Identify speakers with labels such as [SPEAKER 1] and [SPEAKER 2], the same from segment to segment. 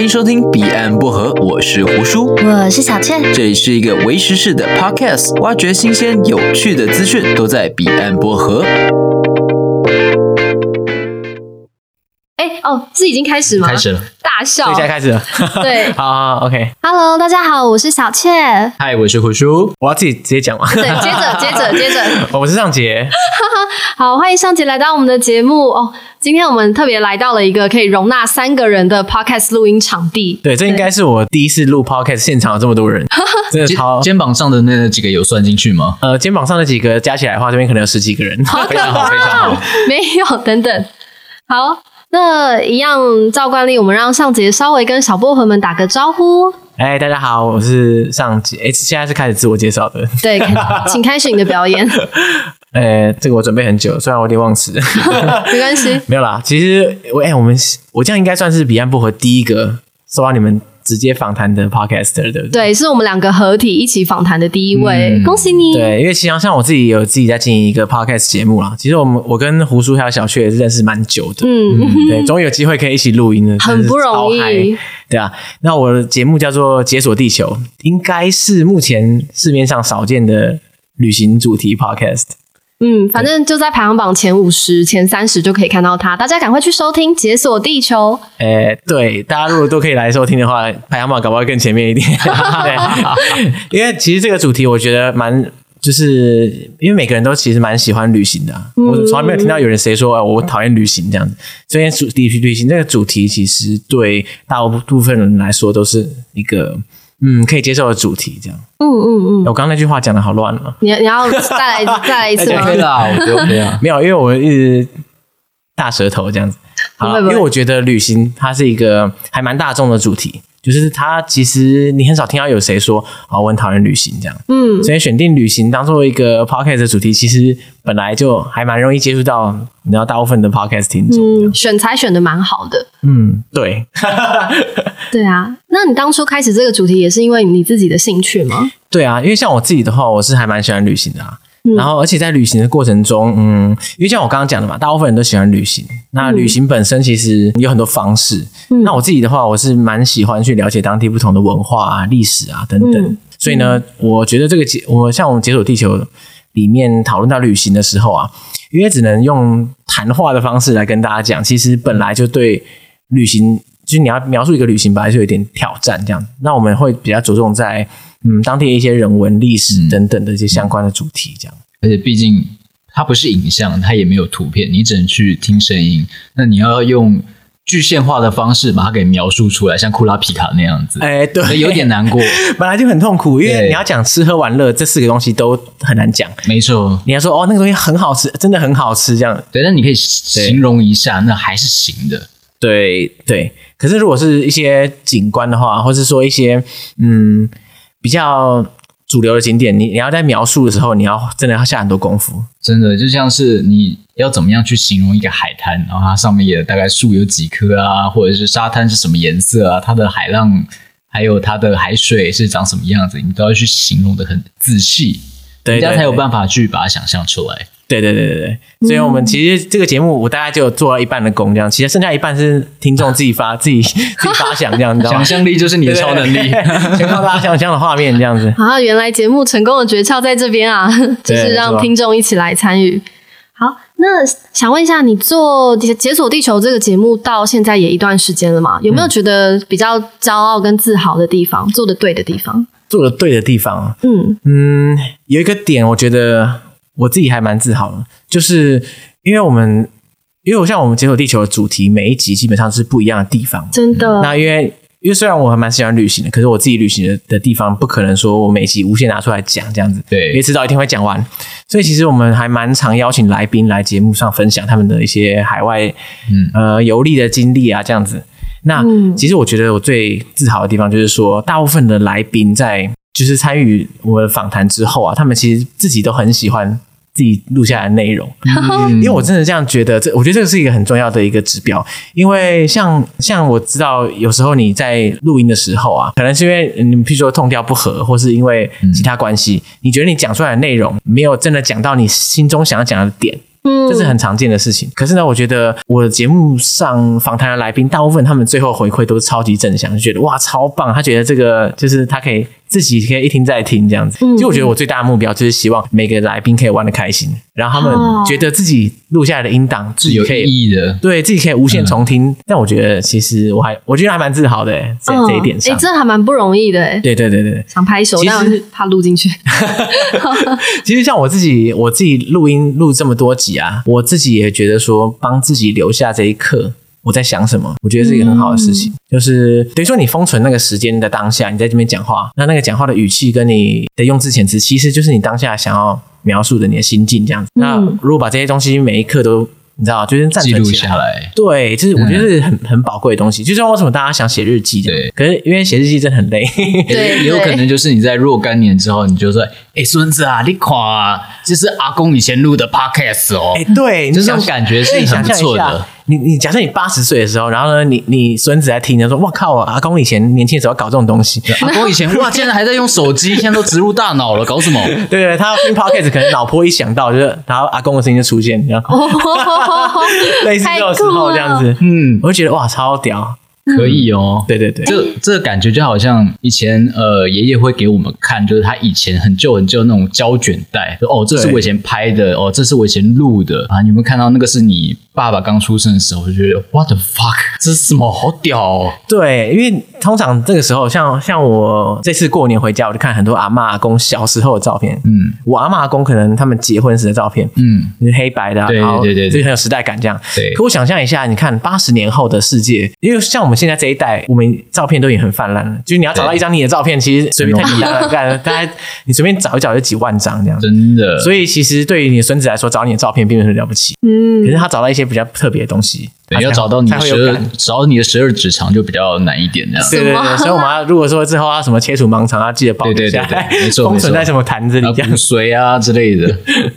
[SPEAKER 1] 迎收听《彼岸薄荷》，我是胡叔，
[SPEAKER 2] 我是小倩。
[SPEAKER 1] 这里是一个为时事的 podcast，挖掘新鲜有趣的资讯，都在《彼岸薄荷》。
[SPEAKER 2] 哎哦，是已经开始吗？
[SPEAKER 3] 开始了，
[SPEAKER 2] 大
[SPEAKER 3] 所
[SPEAKER 2] 笑
[SPEAKER 3] 以。现在开始了。
[SPEAKER 2] 对
[SPEAKER 3] 好好好，OK。
[SPEAKER 2] ，Hello，大家好，我是小倩。
[SPEAKER 3] 嗨，我是胡叔，我要自己直接讲吗？
[SPEAKER 2] 对，接着， 接着，接着，
[SPEAKER 3] 我是尚杰，
[SPEAKER 2] 好，欢迎上节来到我们的节目哦。今天我们特别来到了一个可以容纳三个人的 Podcast 录音场地。
[SPEAKER 3] 对，这应该是我第一次录 podcast，现场有这么多人，真的
[SPEAKER 1] 肩
[SPEAKER 3] 超。
[SPEAKER 1] 肩膀上的那几个有算进去吗？
[SPEAKER 3] 呃，肩膀上的几个加起来的话，这边可能有十几个人。
[SPEAKER 1] 非常好，非常好。
[SPEAKER 2] 没有，等等。好，那一样照惯例，我们让尚杰稍微跟小薄荷们打个招呼。
[SPEAKER 3] 哎，大家好，我是尚杰。哎，现在是开始自我介绍的。
[SPEAKER 2] 对，请开始你的表演，
[SPEAKER 3] 呃，这个我准备很久，虽然我有点忘词。
[SPEAKER 2] 没关系。
[SPEAKER 3] 没有啦，其实我哎，我们我这样应该算是彼岸薄荷第一个受到你们直接访谈的 podcaster，对不对？
[SPEAKER 2] 对，是我们两个合体一起访谈的第一位，
[SPEAKER 1] 嗯
[SPEAKER 2] 恭喜你。
[SPEAKER 3] 对，因为其实像像我自己有自己在经营一个 podcast 节目啦。其实我们我跟胡叔还有小雀也是认识蛮久的，
[SPEAKER 2] 嗯，
[SPEAKER 3] 对，终于有机会可以一起录音了，
[SPEAKER 2] 很
[SPEAKER 3] 真是
[SPEAKER 2] 不
[SPEAKER 3] 超
[SPEAKER 2] 容易
[SPEAKER 3] 嗨。对啊，那我的节目叫做《解锁地球》，应该是目前市面上少见的旅行主题 podcast。
[SPEAKER 2] 嗯，反正就在排行榜前五十、前三十就可以看到它，大家赶快去收听《解锁地球
[SPEAKER 3] 诶，对，大家如果都可以来收听的话，排行榜搞不好更前面一点。 对，因为其实这个主题我觉得蛮，就是因为每个人都其实蛮喜欢旅行的啊、我从来没有听
[SPEAKER 2] 嗯
[SPEAKER 3] 到有人谁说、呃、我讨厌旅行这样子。所以主旅旅行这个主题，其实对大部分人来说都是一个嗯可以接受的主题。这样，》。
[SPEAKER 2] 嗯嗯嗯，
[SPEAKER 3] 我刚刚那句话讲的好乱哦。
[SPEAKER 2] 你你要 再来再来一次吗？
[SPEAKER 1] OK 啦，我觉得 OK 啊。
[SPEAKER 3] 没有，因为我一直大舌头这样子。好
[SPEAKER 2] 不会不
[SPEAKER 3] 啦，因
[SPEAKER 2] 会
[SPEAKER 3] 为我觉得旅行它是一个还蛮大众的主题，就是它其实你很少听到有谁说啊、我很讨厌旅行这样。
[SPEAKER 2] 嗯，
[SPEAKER 3] 所以选定旅行当做一个 podcast 的主题，其实本来就还蛮容易接触到，你知道大部分的 podcast 听众这样。
[SPEAKER 2] 嗯，选材选的蛮好的。
[SPEAKER 3] 嗯，对，
[SPEAKER 2] 对啊，那你当初开始这个主题也是因为你自己的兴趣吗？
[SPEAKER 3] 对啊，因为像我自己的话，我是还蛮喜欢旅行的啊。
[SPEAKER 2] 嗯
[SPEAKER 3] 然后，而且在旅行的过程中，嗯，因为像我刚刚讲的嘛，大部分人都喜欢旅行。
[SPEAKER 2] 嗯
[SPEAKER 3] 那旅行本身其实有很多方式。那我自己的话，我是蛮喜欢去了解当地不同的文化啊、历史啊等等。
[SPEAKER 2] 嗯
[SPEAKER 3] 所以呢，我觉得这个解，我像我们解锁地球里面讨论到旅行的时候啊，因为只能用谈话的方式来跟大家讲，其实本来就对旅行，就是你要描述一个旅行，本来就有点挑战这样。那我们会比较着重在嗯当地的一些人文、历史等等的一些相关的主题这样。
[SPEAKER 1] 而且毕竟它不是影像，它也没有图片，你只能去听声音。那你要用具现化的方式把它给描述出来，像库拉皮卡那样子，
[SPEAKER 3] 哎、
[SPEAKER 1] 所
[SPEAKER 3] 对，
[SPEAKER 1] 以有点。难过。
[SPEAKER 3] 本来就很痛苦，因为
[SPEAKER 1] 对
[SPEAKER 3] 你要讲吃喝玩乐这四个东西都很难讲。
[SPEAKER 1] 没错，
[SPEAKER 3] 你要说哦，那个东西很好吃，真的很好吃，这样
[SPEAKER 1] 对，但你可以形容一下，那还是行的。
[SPEAKER 3] 对对，可是如果是一些景观的话，或是说一些嗯比较主流的景点，你你要在描述的时候，你要真的要下很多功夫。
[SPEAKER 1] 真的就像是你要怎么样去形容一个海滩，然后它上面也大概树有几棵啊，或者是沙滩是什么颜色啊，它的海浪还有它的海水是长什么样子，你都要去形容的很仔细，
[SPEAKER 3] 对，
[SPEAKER 1] 人家
[SPEAKER 3] 对
[SPEAKER 1] 才有
[SPEAKER 3] 对
[SPEAKER 1] 办法去把它想象出来。
[SPEAKER 3] 对对对对对，所以
[SPEAKER 1] 嗯
[SPEAKER 3] 我们其实这个节目我大概就做到一半的工，这样，其实剩下一半是听众自 己发自己自己发想这样，你知道吗
[SPEAKER 1] 想？象力就是你的超能力。
[SPEAKER 3] 对，对对想靠大家想象的画面这样子。
[SPEAKER 2] 啊，原来节目成功的诀窍在这边啊， 就是
[SPEAKER 3] 没
[SPEAKER 2] 让
[SPEAKER 3] 错
[SPEAKER 2] 听众一起来参与。好，那想问一下，你做《解解锁地球》这个节目到现在也一段时间了嘛？有没有
[SPEAKER 3] 嗯
[SPEAKER 2] 觉得比较骄傲跟自豪的地方，做的对的地方？
[SPEAKER 3] 做的对的地方啊，
[SPEAKER 2] 嗯
[SPEAKER 3] 嗯，有一个点我觉得我自己还蛮自豪的，就是因为我们，因为我像我们解锁地球的主题，每一集基本上是不一样的地方，。
[SPEAKER 2] 真
[SPEAKER 1] 嗯
[SPEAKER 2] 的，
[SPEAKER 3] 那因为因为虽然我还蛮喜欢旅行的，可是我自己旅行的的地方不可能说我每集无限拿出来讲这样子，
[SPEAKER 1] 对
[SPEAKER 3] 因为迟早一定会讲完。所以其实我们还蛮常邀请来宾来节目上分享他们的一些海外
[SPEAKER 1] 嗯
[SPEAKER 3] 呃游历的经历啊这样子。那、
[SPEAKER 2] 嗯
[SPEAKER 3] 其实我觉得我最自豪的地方就是说，大部分的来宾在就是参与我的访谈之后啊，他们其实自己都很喜欢自己录下来的内容。因为我真的这样觉得，这我觉得这个是一个很重要的一个指标，因为像像我知道有时候你在录音的时候啊，可能是因为你们譬如说痛调不合，或是因为其他关系，你觉得你讲出来的内容没有真的讲到你心中想要讲的点，
[SPEAKER 2] 嗯
[SPEAKER 3] 这是很常见的事情。可是呢，我觉得我节目上访谈的来宾，大部分他们最后回馈都是超级正向，就觉得哇超棒，他觉得这个就是他可以自己可以一听再听这样子。
[SPEAKER 2] 嗯
[SPEAKER 3] 就我觉得我最大的目标就是希望每个来宾可以玩的开心，然后他
[SPEAKER 2] 哦
[SPEAKER 3] 们觉得自己录下来的音档自
[SPEAKER 1] 是
[SPEAKER 3] 己
[SPEAKER 1] 有
[SPEAKER 3] 可以
[SPEAKER 1] 意义嗯的。
[SPEAKER 3] 对自己可以无限重听。但我觉得其实我还我觉得还蛮自豪的、欸，在、这一点
[SPEAKER 2] 哎、
[SPEAKER 3] 上。
[SPEAKER 2] 这还蛮不容易的哎。
[SPEAKER 3] 对对对对对，
[SPEAKER 2] 想拍手，
[SPEAKER 3] 其实
[SPEAKER 2] 但是怕录进 去。
[SPEAKER 3] 其实像我自己，我自己录音录这么多集啊，我自己也觉得说，帮自己留下这一刻。我在想什么？我觉得是一个很好的事
[SPEAKER 1] 嗯
[SPEAKER 3] 情，就是等于说你封存那个时间的当下，你在这边讲话，那那个讲话的语气跟你的用字遣词，其实就是你当下想要描述的你的心境这样子。那如果把这些东西每一刻都你知道，就是暂
[SPEAKER 1] 嗯记
[SPEAKER 3] 存
[SPEAKER 1] 录
[SPEAKER 3] 起来
[SPEAKER 1] 下，来，
[SPEAKER 3] 对，就是我觉得是很、很宝贵的东西。就像为什么大家想写日记这样
[SPEAKER 1] 对，哦
[SPEAKER 3] 可是因为写日记真的很累。
[SPEAKER 2] 对，
[SPEAKER 1] 也有可
[SPEAKER 2] 对
[SPEAKER 1] 能就是你在若干年之后，你就说：“哎，孙子啊，你垮、啊，这是阿公以前录的 podcast 哦。
[SPEAKER 3] 哎、对，
[SPEAKER 1] 这
[SPEAKER 3] 你想
[SPEAKER 1] 种感觉是
[SPEAKER 3] 对你
[SPEAKER 1] 很
[SPEAKER 3] 想
[SPEAKER 1] 不
[SPEAKER 3] 象一
[SPEAKER 1] 错
[SPEAKER 3] 下
[SPEAKER 1] 的。
[SPEAKER 3] 你你假设你八十岁的时候，然后呢，你你孙子在听，他说：“哇靠，阿公以前年轻的时候搞这种东西。”
[SPEAKER 1] 阿公以前哇，竟然还在用手机，现在都植入大脑了，搞什么？
[SPEAKER 3] 对对，他听 podcast 可能脑波一想到，就是然后阿公的声音就出现，然后
[SPEAKER 2] 哦
[SPEAKER 3] 类似这种时候这样子，
[SPEAKER 1] 嗯，
[SPEAKER 3] 我就觉得哇，超屌！
[SPEAKER 1] 可以哦。
[SPEAKER 3] 对对对，
[SPEAKER 1] 这这感觉就好像以前呃爷爷会给我们看，就是他以前很旧很旧那种胶卷带，就哦这是
[SPEAKER 3] 对
[SPEAKER 1] 我以前拍的，哦这是我以前录的啊，你有没有看到那个是你爸爸刚出生的时候，我就觉得 what the fuck，这是什么好屌哦，
[SPEAKER 3] 对，因为通常这个时候，像像我这次过年回家，我就看很多阿嬷阿公小时候的照片。
[SPEAKER 1] 嗯
[SPEAKER 3] 我阿嬷阿公可能他们结婚时的照片，
[SPEAKER 1] 嗯，
[SPEAKER 3] 就是黑白的、啊，
[SPEAKER 1] 对对
[SPEAKER 3] 然后
[SPEAKER 1] 对对对
[SPEAKER 3] 就是很有时代感这样。
[SPEAKER 1] 对
[SPEAKER 3] 可我想象一下，你看八十年后的世界，因为像我们现在这一代，我们照片都已经很泛滥了，就是你要找到
[SPEAKER 1] 对
[SPEAKER 3] 一张你的照片，其实随便太
[SPEAKER 1] 很
[SPEAKER 3] 简单 了，干大概你随便找一找就几万张这样。
[SPEAKER 1] 真的，
[SPEAKER 3] 所以其实对于你的孙子来说，找你的照片并不是很了不起，可
[SPEAKER 2] 嗯
[SPEAKER 3] 是，他找到一些比较特别的东西，
[SPEAKER 1] 对
[SPEAKER 3] 他才
[SPEAKER 1] 要找到你
[SPEAKER 3] 才
[SPEAKER 1] 的
[SPEAKER 3] 会
[SPEAKER 1] 十
[SPEAKER 3] 有
[SPEAKER 1] 二
[SPEAKER 3] 感。，
[SPEAKER 1] 找到你的十二指肠就比较难一点，这样。
[SPEAKER 3] 对对
[SPEAKER 2] 什么
[SPEAKER 3] 对，所以我们要如果说之后要什么切除盲肠，要记得保留
[SPEAKER 1] 对对
[SPEAKER 3] 下
[SPEAKER 1] 对
[SPEAKER 3] 来
[SPEAKER 1] 对没，错
[SPEAKER 3] 封
[SPEAKER 1] 没
[SPEAKER 3] 存
[SPEAKER 1] 错
[SPEAKER 3] 在什么坛子里
[SPEAKER 1] 啊，
[SPEAKER 3] 这样
[SPEAKER 1] 骨。髓啊之类的，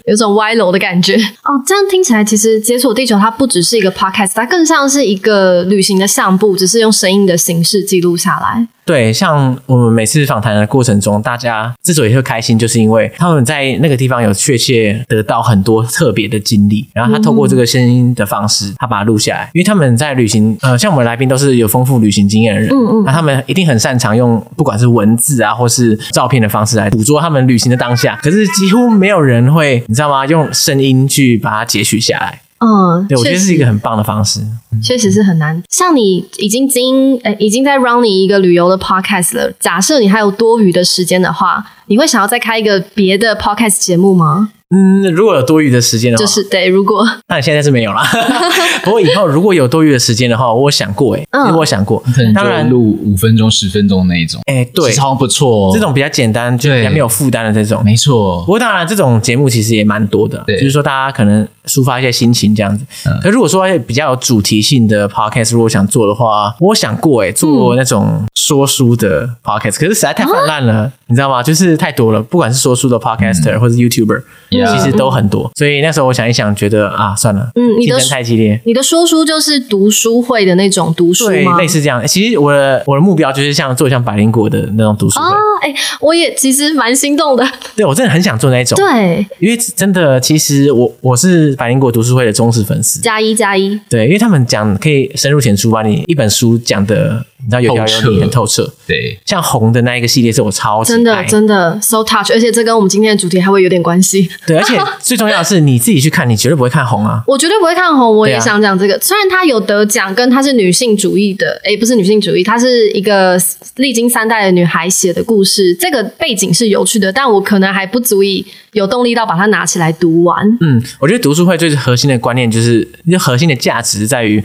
[SPEAKER 2] 有种歪楼的感觉哦。这样听起来，其实《解锁地球》它不只是一个 podcast，它更像是一个旅行的相簿，只是用声音的形式记录下来。
[SPEAKER 3] 对，像我们每次访谈的过程中，大家之所以会开心，就是因为他们在那个地方有确切得到很多特别的经历，然后他透过
[SPEAKER 2] 嗯
[SPEAKER 3] 这个声音的方式，他把它录下来。因为他们在旅行，呃，像我们来宾都是有丰富旅行经验的人，
[SPEAKER 2] 嗯嗯
[SPEAKER 3] 那他们一定很擅长用不管是文字啊，或是照片的方式来捕捉他们旅行的当下。可是几乎没有人会，你知道吗？用声音去把它截取下来。
[SPEAKER 2] 嗯，
[SPEAKER 3] 对，我觉
[SPEAKER 2] 确
[SPEAKER 3] 得
[SPEAKER 2] 实
[SPEAKER 3] 是一个很棒的方式。
[SPEAKER 2] 确实是很难。像你已经经呃已经在 run 你一个旅游的 podcast 了，假设你还有多余的时间的话，你会想要再开一个别的 podcast 节目吗？
[SPEAKER 3] 嗯，如果有啊多余的时间的话，
[SPEAKER 2] 就是对，如果
[SPEAKER 3] 但现在是没有啦。 不过以后如果有多余的时间的话，我想过哎、
[SPEAKER 2] 嗯
[SPEAKER 3] 欸，我想过
[SPEAKER 1] 可能，
[SPEAKER 3] 当然
[SPEAKER 1] 就录五分钟、十分钟那一种，
[SPEAKER 3] 哎、对
[SPEAKER 1] 其实，好像不错哦。
[SPEAKER 3] 这种比较简单，就比
[SPEAKER 1] 对
[SPEAKER 3] 较没有负担的这种。
[SPEAKER 1] 没
[SPEAKER 3] 不
[SPEAKER 1] 错，
[SPEAKER 3] 过当然，这种节目其实也蛮多的，就
[SPEAKER 1] 对嗯
[SPEAKER 3] 是说大家可能抒发一些心情这样子。可如果说比较有主题性的 podcast，如果想做的话，我想过哎、欸，做那种说书的
[SPEAKER 1] 嗯
[SPEAKER 3] podcast，、可是实在太泛滥
[SPEAKER 2] 啊
[SPEAKER 3] 了，你知道吗？就是太多了，不管是说书的 podcaster 或是 YouTuber，、
[SPEAKER 1] 嗯 Yeah
[SPEAKER 3] 其实都很多。所以那时候我想一想，觉得啊，算了，
[SPEAKER 2] 嗯你
[SPEAKER 3] 竞
[SPEAKER 2] 的
[SPEAKER 3] 争太激烈。
[SPEAKER 2] 你的说书就是读书会的那种读书
[SPEAKER 3] 对
[SPEAKER 2] 吗，？
[SPEAKER 3] 类似这样。其实我的我的目标就是像做像百灵果的那种读书会，
[SPEAKER 2] 啊，哎、我也其实蛮心动的。
[SPEAKER 3] 对我真的很想做那一种，
[SPEAKER 2] 对，
[SPEAKER 3] 因为真的，其实我我是百灵果读书会的忠实粉丝。
[SPEAKER 2] 加一加一，
[SPEAKER 3] 对，因为他们讲可以深入浅出，把你一本书讲的，你知道有条有理，
[SPEAKER 1] 透彻
[SPEAKER 3] 很透彻。
[SPEAKER 1] 对，
[SPEAKER 3] 像红的那一个系列是我超级
[SPEAKER 2] 真的
[SPEAKER 3] 爱
[SPEAKER 2] 真的 so touch，而且这跟我们今天的主题还会有点关系。
[SPEAKER 3] 对，而且最重要的是你自己去看，你绝对不会看红啊。
[SPEAKER 2] 我绝对不会看红，我也
[SPEAKER 3] 对啊
[SPEAKER 2] 想讲这个。虽然她有得奖，跟她是女性主义的，诶，不是女性主义，她是一个历经三代的女孩写的故事，这个背景是有趣的，但我可能还不足以有动力到把它拿起来读完。
[SPEAKER 3] 嗯，我觉得读书会最核心的观念就是，就核心的价值在于，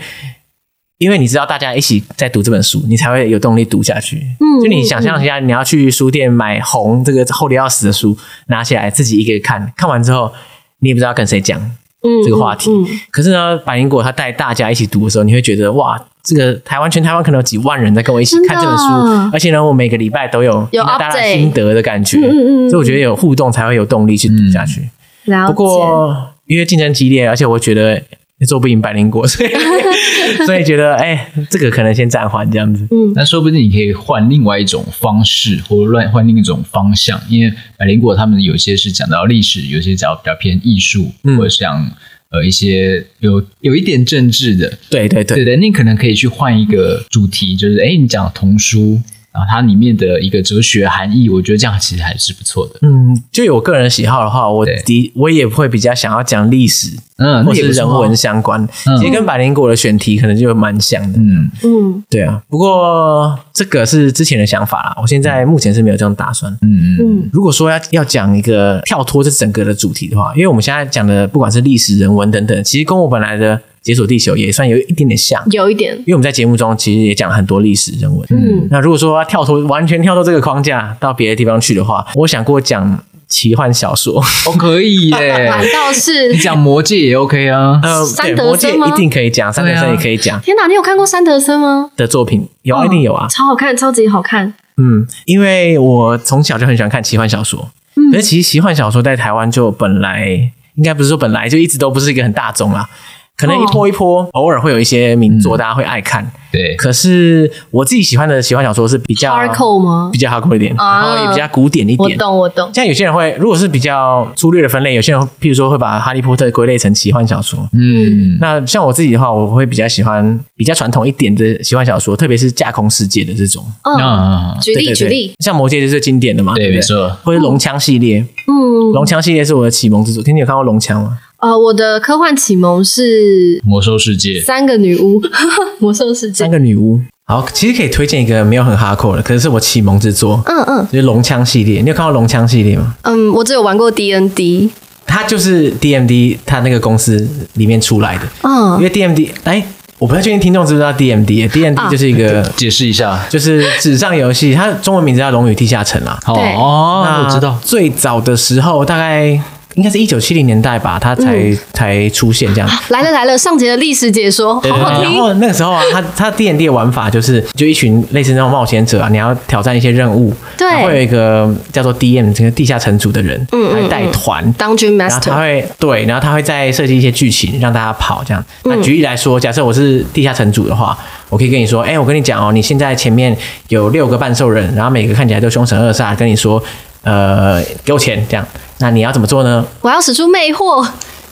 [SPEAKER 3] 因为你知道大家一起在读这本书，你才会有动力读下去。嗯，就你想象一下，你要去书店买红这个厚的要死的书，拿起来自己一个一个看，看完之后你也不知道跟谁讲
[SPEAKER 2] 嗯，
[SPEAKER 3] 这个话题。
[SPEAKER 2] 嗯，
[SPEAKER 3] 可是呢，百灵果他带大家一起读的时候，你会觉得哇，这个台湾全台湾可能有几万人在跟我一起看这本
[SPEAKER 2] 真的
[SPEAKER 3] 书
[SPEAKER 2] 啊，
[SPEAKER 3] 而且呢，我每个礼拜都有
[SPEAKER 2] 有
[SPEAKER 3] 听到大家
[SPEAKER 2] update
[SPEAKER 3] 心得的感觉，
[SPEAKER 2] 嗯嗯嗯
[SPEAKER 3] 所以我觉得有互动才会有动力去读下去。
[SPEAKER 2] 嗯了解。
[SPEAKER 3] 不过因为竞争激烈，而且我觉得做不赢百灵果，所以 所以觉得哎、这个可能先暂缓这样子。
[SPEAKER 1] 那说不定你可以换另外一种方式，或乱换另一种方向，因为百灵果他们有些是讲到历史，有些讲到比较偏艺术，
[SPEAKER 3] 嗯
[SPEAKER 1] 或者像。呃一些有有一点政治的，
[SPEAKER 3] 对对
[SPEAKER 1] 对
[SPEAKER 3] 对，
[SPEAKER 1] 的，你可能可以去换一个主题，就是哎，你讲童书，然后它里面的一个哲学含义，我觉得这样其实还是不错的。
[SPEAKER 3] 嗯，就有个人喜好的话，我
[SPEAKER 1] 对
[SPEAKER 3] 的我也会比较想要讲历史
[SPEAKER 1] 嗯，
[SPEAKER 3] 或
[SPEAKER 1] 那也
[SPEAKER 3] 是
[SPEAKER 1] 不错
[SPEAKER 3] 人
[SPEAKER 1] 啊
[SPEAKER 3] 文，相关，
[SPEAKER 1] 嗯
[SPEAKER 3] 其实跟百灵果的选题可能就蛮像的。
[SPEAKER 1] 嗯，
[SPEAKER 2] 嗯
[SPEAKER 3] 对啊，不过这个是之前的想法啦，我现在目前是没有这样打算。
[SPEAKER 1] 嗯嗯
[SPEAKER 2] 嗯
[SPEAKER 3] 如果说要要讲一个跳脱这整个的主题的话，因为我们现在讲的不管是历史、人文等等，其实跟我本来的《解锁地球》也算有一点点像，
[SPEAKER 2] 有一点，
[SPEAKER 3] 因为我们在节目中其实也讲了很多历史、人文。
[SPEAKER 2] 嗯
[SPEAKER 3] 那如果说要跳脱完全跳脱这个框架到别的地方去的话，我想过讲奇幻 小说，
[SPEAKER 1] 哦，可以 耶，
[SPEAKER 2] 反倒是
[SPEAKER 1] 你讲魔戒也 OK 啊，
[SPEAKER 3] 呃，
[SPEAKER 2] 三
[SPEAKER 3] 对，
[SPEAKER 2] 德
[SPEAKER 3] 魔戒
[SPEAKER 2] 森吗
[SPEAKER 3] 一定可以讲，三德
[SPEAKER 1] 对
[SPEAKER 3] 森
[SPEAKER 1] 啊
[SPEAKER 3] 也可以讲
[SPEAKER 2] 天哪，你有看过山德森吗？
[SPEAKER 3] 的作品，有啊，一定有啊，
[SPEAKER 2] 超好看，超级好看。
[SPEAKER 3] 嗯，因为我从小就很喜欢看奇幻小说，
[SPEAKER 2] 嗯
[SPEAKER 3] 可是其实奇幻小说在台湾就本来应该不是说本来就一直都不是一个很大众啦，可
[SPEAKER 2] 哦
[SPEAKER 3] 能一波一波，偶尔会有一些名作大家会爱看，
[SPEAKER 2] 嗯
[SPEAKER 1] 对，
[SPEAKER 3] 可是我自己喜欢的奇幻小说是比较
[SPEAKER 2] Hardcore 吗
[SPEAKER 3] 比？较 hardcore 一点，
[SPEAKER 2] 啊
[SPEAKER 3] 然后也比较古典一
[SPEAKER 2] 我
[SPEAKER 3] 点。
[SPEAKER 2] 懂，我懂。
[SPEAKER 3] 像有些人会，如果是比较粗略的分类，有些人会譬如说会把《哈利波特》归类成奇幻小说。
[SPEAKER 1] 嗯
[SPEAKER 3] 那像我自己的话，我会比较喜欢比较传统一点的奇幻小说，特别是架空世界的这种。
[SPEAKER 2] 嗯，
[SPEAKER 1] 啊，
[SPEAKER 2] 举
[SPEAKER 3] 对
[SPEAKER 2] 例
[SPEAKER 3] 对
[SPEAKER 2] 举
[SPEAKER 3] 对
[SPEAKER 2] 例，
[SPEAKER 3] 像《魔戒》就是最经典的嘛，
[SPEAKER 1] 对，
[SPEAKER 3] 不
[SPEAKER 1] 没错，
[SPEAKER 3] 或者龙枪系列，
[SPEAKER 2] 嗯，
[SPEAKER 3] 龙枪系列是我的启蒙之作。天你有看过龙枪吗？
[SPEAKER 2] 呃，我的科幻启蒙是
[SPEAKER 1] 魔兽世界，
[SPEAKER 2] 三个女巫， 魔兽世界
[SPEAKER 3] 三。个女巫。好，其实可以推荐一个没有很哈扣的，可是是我启蒙之作，
[SPEAKER 2] 嗯嗯
[SPEAKER 3] 就是龙枪系列。你有看过龙枪系列吗？
[SPEAKER 2] 嗯，我只有玩过 D N D。
[SPEAKER 3] 它就是 DMD 它那个公司里面出来的，因
[SPEAKER 2] 嗯，
[SPEAKER 3] 为 DMD 哎，我不太确定听众知不知道 DMD，DMD
[SPEAKER 2] 啊
[SPEAKER 3] 就是一个、
[SPEAKER 1] 解释一下，
[SPEAKER 3] 就是纸上游戏，它的中文名字叫《龙与地下城》啦。
[SPEAKER 1] 哦
[SPEAKER 2] 对
[SPEAKER 1] 哦，
[SPEAKER 3] 那
[SPEAKER 1] 我知道，
[SPEAKER 3] 最早的时候大概。应该是一九七零年代吧，它才、
[SPEAKER 2] 嗯
[SPEAKER 3] 才出现这样。
[SPEAKER 2] 来了来了，上节的历史解说，啊好好
[SPEAKER 3] 然
[SPEAKER 2] 听。
[SPEAKER 3] 后那个时候啊，他他 D N D 的玩法就是，就一群类似那种冒险者啊，你要挑战一些任务，
[SPEAKER 2] 对
[SPEAKER 3] 然后会有一个叫做 D M 这个地下城主的人，
[SPEAKER 2] 嗯嗯
[SPEAKER 3] 来带团。
[SPEAKER 2] Dungeon
[SPEAKER 3] 然后他
[SPEAKER 2] Master，
[SPEAKER 3] 会对，然后他会再设计一些剧情让大家跑这样。
[SPEAKER 2] 嗯
[SPEAKER 3] 那举例来说，假设我是地下城主的话，我可以跟你说，哎、我跟你讲哦，你现在前面有六个半兽人，然后每个看起来都凶神恶煞，跟你说，呃，给我钱这样。那你要怎么做呢？
[SPEAKER 2] 我要使出魅惑。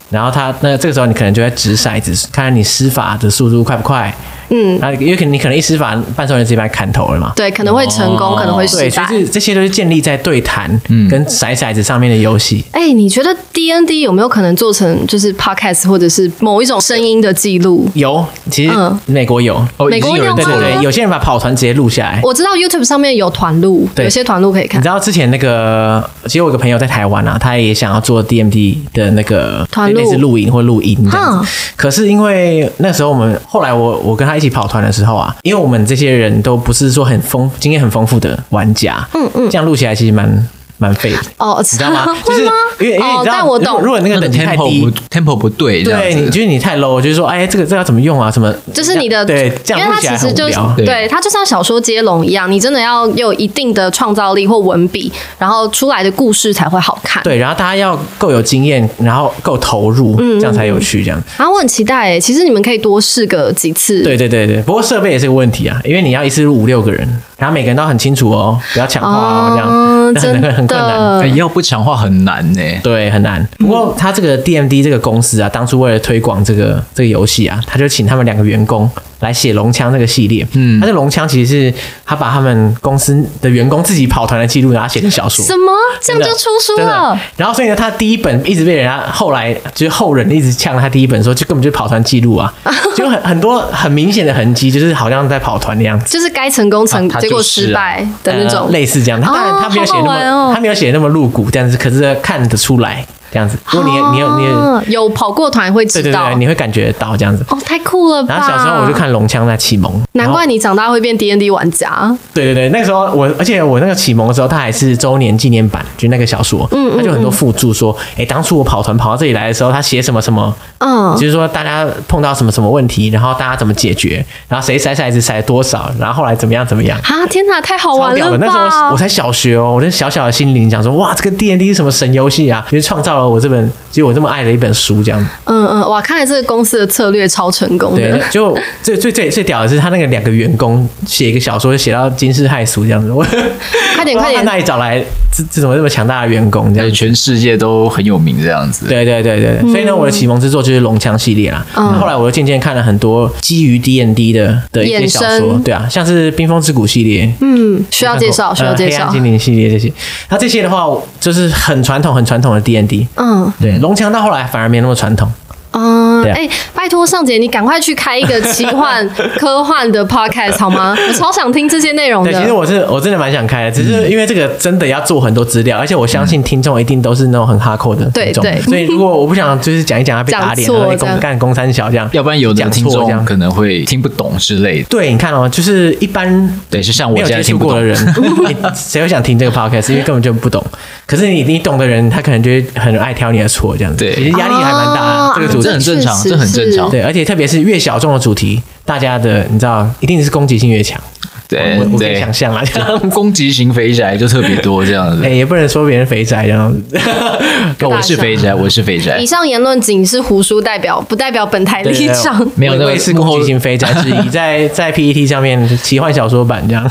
[SPEAKER 3] 然后他那这个时候你可能就在掷骰子，看看你施法的速度快不快。
[SPEAKER 2] 嗯，
[SPEAKER 3] 啊，因为可能你可能一施法，半兽人直接把你砍头了嘛。
[SPEAKER 2] 对，可能会成功，
[SPEAKER 1] 哦
[SPEAKER 2] 可能会失
[SPEAKER 3] 对，就
[SPEAKER 2] 败。
[SPEAKER 3] 是这些都是建立在对谈跟骰骰子上面的游戏。
[SPEAKER 2] 哎，你觉得 D N D 有没有可能做成就是 podcast 或者是某一种声音的记录？
[SPEAKER 3] 有，其实
[SPEAKER 2] 嗯
[SPEAKER 3] 美国有，
[SPEAKER 1] 哦，
[SPEAKER 2] 美
[SPEAKER 1] 已经
[SPEAKER 2] 国
[SPEAKER 1] 有人
[SPEAKER 2] 一
[SPEAKER 3] 对
[SPEAKER 1] 做
[SPEAKER 2] 定要
[SPEAKER 3] 对
[SPEAKER 2] 吗
[SPEAKER 1] 了，
[SPEAKER 3] 对，有些人把跑团直接录下来。
[SPEAKER 2] 我知道 YouTube 上面有团录，
[SPEAKER 3] 对
[SPEAKER 2] 有些团录可以
[SPEAKER 3] 你
[SPEAKER 2] 看
[SPEAKER 3] 知。道之前那个，其实我有个朋友在台湾啊，他也想要做 DMD 的那个
[SPEAKER 2] 团录
[SPEAKER 3] 类似录影或录音这样
[SPEAKER 2] 嗯
[SPEAKER 3] 子。可是因为那时候我们后来我我跟他一起跑团的时候啊，因为我们这些人都不是说很丰经验很丰富的玩家，嗯嗯，这样录起来其实蛮蛮费的。
[SPEAKER 2] 哦，？
[SPEAKER 3] 你知道吗 就是
[SPEAKER 2] 会吗？
[SPEAKER 3] 因为因为
[SPEAKER 2] 哦
[SPEAKER 3] 你知道，
[SPEAKER 2] 但我
[SPEAKER 3] 如果
[SPEAKER 2] 懂
[SPEAKER 3] 如，果那个等级太
[SPEAKER 1] tempo
[SPEAKER 3] 低
[SPEAKER 1] 不，tempo 不对，这
[SPEAKER 3] 对，你
[SPEAKER 1] 样子，
[SPEAKER 3] 就是你太 low，就是说，哎，这个这个要怎么用啊？什么？
[SPEAKER 2] 就是你的
[SPEAKER 3] 对，这
[SPEAKER 2] 因
[SPEAKER 3] 样
[SPEAKER 2] 为它
[SPEAKER 3] 录
[SPEAKER 2] 其
[SPEAKER 3] 起来很
[SPEAKER 2] 实
[SPEAKER 3] 无
[SPEAKER 2] 就是
[SPEAKER 3] 聊。
[SPEAKER 1] 对
[SPEAKER 2] 对它就像小说接龙一样，你真的要有一定的创造力或文笔，然后出来的故事才会好看。，
[SPEAKER 3] 对，然后大家要够有经验，然后够投入，
[SPEAKER 2] 嗯
[SPEAKER 3] 这样才有趣。这样，
[SPEAKER 2] 然后啊我很期待欸诶，其实你们可以多试个几次。
[SPEAKER 3] 对对对对。不过设备也是个问题啊，因为你要一次录五六个人，然后每个人都很清楚哦，不要抢话哦，这
[SPEAKER 2] 哦
[SPEAKER 3] 样， 那
[SPEAKER 2] 真
[SPEAKER 3] 很
[SPEAKER 2] 的
[SPEAKER 3] 很困
[SPEAKER 2] 嗯
[SPEAKER 3] 难。
[SPEAKER 1] 哎要不强化很难呢，
[SPEAKER 3] 对，很难。不过他这个 DMD 这个公司啊，当初为了推广这个这个游戏啊，他就请他们两个员工来写《龙枪》这个系列。嗯，他这《龙枪》其实是他把他们公司的员工自己跑团的记录，然后写成小说。
[SPEAKER 2] 什么？这
[SPEAKER 3] 真
[SPEAKER 2] 样
[SPEAKER 3] 的
[SPEAKER 2] 就出书
[SPEAKER 3] 真的
[SPEAKER 2] 了？
[SPEAKER 3] 然后所以呢，他第一本一直被人家后来就是后人一直呛他第一本说，就根本就是跑团记 录啊，就很很多很明显的痕迹，就是好像在跑团的样子。
[SPEAKER 2] 就是该成功成
[SPEAKER 1] 啊，它
[SPEAKER 2] 结果
[SPEAKER 1] 就是啊
[SPEAKER 2] 失败的那
[SPEAKER 3] 呃
[SPEAKER 2] 种。
[SPEAKER 3] 类似这样，他当然
[SPEAKER 2] 哦
[SPEAKER 3] 他没有写
[SPEAKER 2] 好
[SPEAKER 3] 那
[SPEAKER 2] 好
[SPEAKER 3] 么，
[SPEAKER 2] 玩哦
[SPEAKER 3] 他没有写那么露骨，但是可是看得出来这样子。如果你有你有你有，
[SPEAKER 2] 啊有跑过团会知
[SPEAKER 3] 对对
[SPEAKER 2] 道
[SPEAKER 3] 对，。你会感觉到这样子。
[SPEAKER 2] 哦，太酷了吧！
[SPEAKER 3] 然后小时候我就，看龙枪在启蒙，
[SPEAKER 2] 难
[SPEAKER 3] 然后
[SPEAKER 2] 怪你长大会变 D N D 玩家。
[SPEAKER 3] 对对对，那个时候我，而且我那个启蒙的时候，它还是周年纪念版，就那个小说，嗯它就很多附注说，哎，当初我跑团跑到这里来的时候，他写什么什么，
[SPEAKER 2] 嗯，
[SPEAKER 3] 就是说大家碰到什么什么问题，然后大家怎么解决，然后谁骰骰子骰多少，然后后来怎么样怎么样。
[SPEAKER 2] 啊，天哪，太好
[SPEAKER 3] 超
[SPEAKER 2] 玩
[SPEAKER 3] 屌
[SPEAKER 2] 了
[SPEAKER 3] 的！那时候我
[SPEAKER 2] 吧
[SPEAKER 3] 我！才小学哦，我的小小的心灵讲说，哇，这个 D N D 是什么神游戏啊？就是创造到我这本，其实我这么爱的一本书这样。
[SPEAKER 2] 嗯嗯，哇，看来这个公司的策略超成功
[SPEAKER 3] 对
[SPEAKER 2] 的，，
[SPEAKER 3] 就最最最最屌的是他那个两个员工写一个小说，写到惊世骇俗这样子。我
[SPEAKER 2] 快点快
[SPEAKER 3] 他
[SPEAKER 2] 点，
[SPEAKER 3] 哪里找来这这种这么强大的员工这
[SPEAKER 1] 在
[SPEAKER 3] 样？
[SPEAKER 1] 全世界都很有名这样子。
[SPEAKER 3] 对对对对对，所以呢，我的启蒙之作就是《龙枪》系列啦。
[SPEAKER 2] 嗯
[SPEAKER 3] 后来我又渐渐看了很多基于 D N D 的的一些
[SPEAKER 2] 衍
[SPEAKER 3] 小
[SPEAKER 2] 生
[SPEAKER 3] 说，对啊，像是《冰封之谷》系列，
[SPEAKER 2] 嗯，需要介绍
[SPEAKER 3] 呃
[SPEAKER 2] 需要介
[SPEAKER 3] 黑暗
[SPEAKER 2] 绍，
[SPEAKER 3] 精灵系列这些。那这些的话，我就是很传统、很传统的 D N D。
[SPEAKER 2] 嗯
[SPEAKER 3] 对，龙枪到后来反而没那么传统。
[SPEAKER 2] 嗯，
[SPEAKER 3] 对啊
[SPEAKER 2] 哎，拜托尚姐，你赶快去开一个奇幻科幻的 podcast 好吗？ 我超想听这些内容
[SPEAKER 3] 对，其实
[SPEAKER 2] 的。
[SPEAKER 3] 我是我真的蛮想开的，只是因为这个真的要做很多资料，而且我
[SPEAKER 1] 嗯
[SPEAKER 3] 相信听众一定都是那种很哈扣的
[SPEAKER 2] 对
[SPEAKER 3] 听众，
[SPEAKER 2] 对
[SPEAKER 3] 所以如果我不想就是讲一讲要被打脸，
[SPEAKER 2] 讲错
[SPEAKER 3] 然后你
[SPEAKER 2] 这样
[SPEAKER 3] 公干公三小这样，
[SPEAKER 1] 要不然有的
[SPEAKER 3] 讲
[SPEAKER 1] 听
[SPEAKER 3] 错这
[SPEAKER 1] 众
[SPEAKER 3] 样。
[SPEAKER 1] 可能会听不懂之类的。
[SPEAKER 3] 对，你看哦，就是一般
[SPEAKER 1] 对，就像我
[SPEAKER 3] 没有
[SPEAKER 1] 现在
[SPEAKER 3] 接
[SPEAKER 1] 听不
[SPEAKER 3] 触过
[SPEAKER 1] 懂
[SPEAKER 3] 的。人， 你 谁会想听这个 podcast？因为根本就不懂。可是你你懂的人，他可能就会很爱挑你的错，这样子，
[SPEAKER 1] 对
[SPEAKER 3] 其实压力还蛮大的。
[SPEAKER 2] 啊
[SPEAKER 3] 这个主题
[SPEAKER 1] 这很正常
[SPEAKER 2] 确实
[SPEAKER 1] 这很正常
[SPEAKER 2] 是
[SPEAKER 3] 对，而且特别是越小众的主题，大家的你知道，一定是攻击性越强。
[SPEAKER 1] 对
[SPEAKER 3] 我我可以想
[SPEAKER 1] 嗯对，
[SPEAKER 3] 象啦，啊这样
[SPEAKER 1] 攻击型肥宅就特别多这样
[SPEAKER 3] 哎、
[SPEAKER 1] 子。
[SPEAKER 3] 也不能说别人肥宅这样子。
[SPEAKER 1] 哦我是肥宅，我是肥宅
[SPEAKER 2] 以。上言论仅是胡叔代表，不代表本台立场。
[SPEAKER 1] 没有那个
[SPEAKER 3] 我也是
[SPEAKER 1] 幕
[SPEAKER 3] 攻
[SPEAKER 1] 后
[SPEAKER 3] 击型肥宅之一， 在在 PET 上面奇幻小说版这样。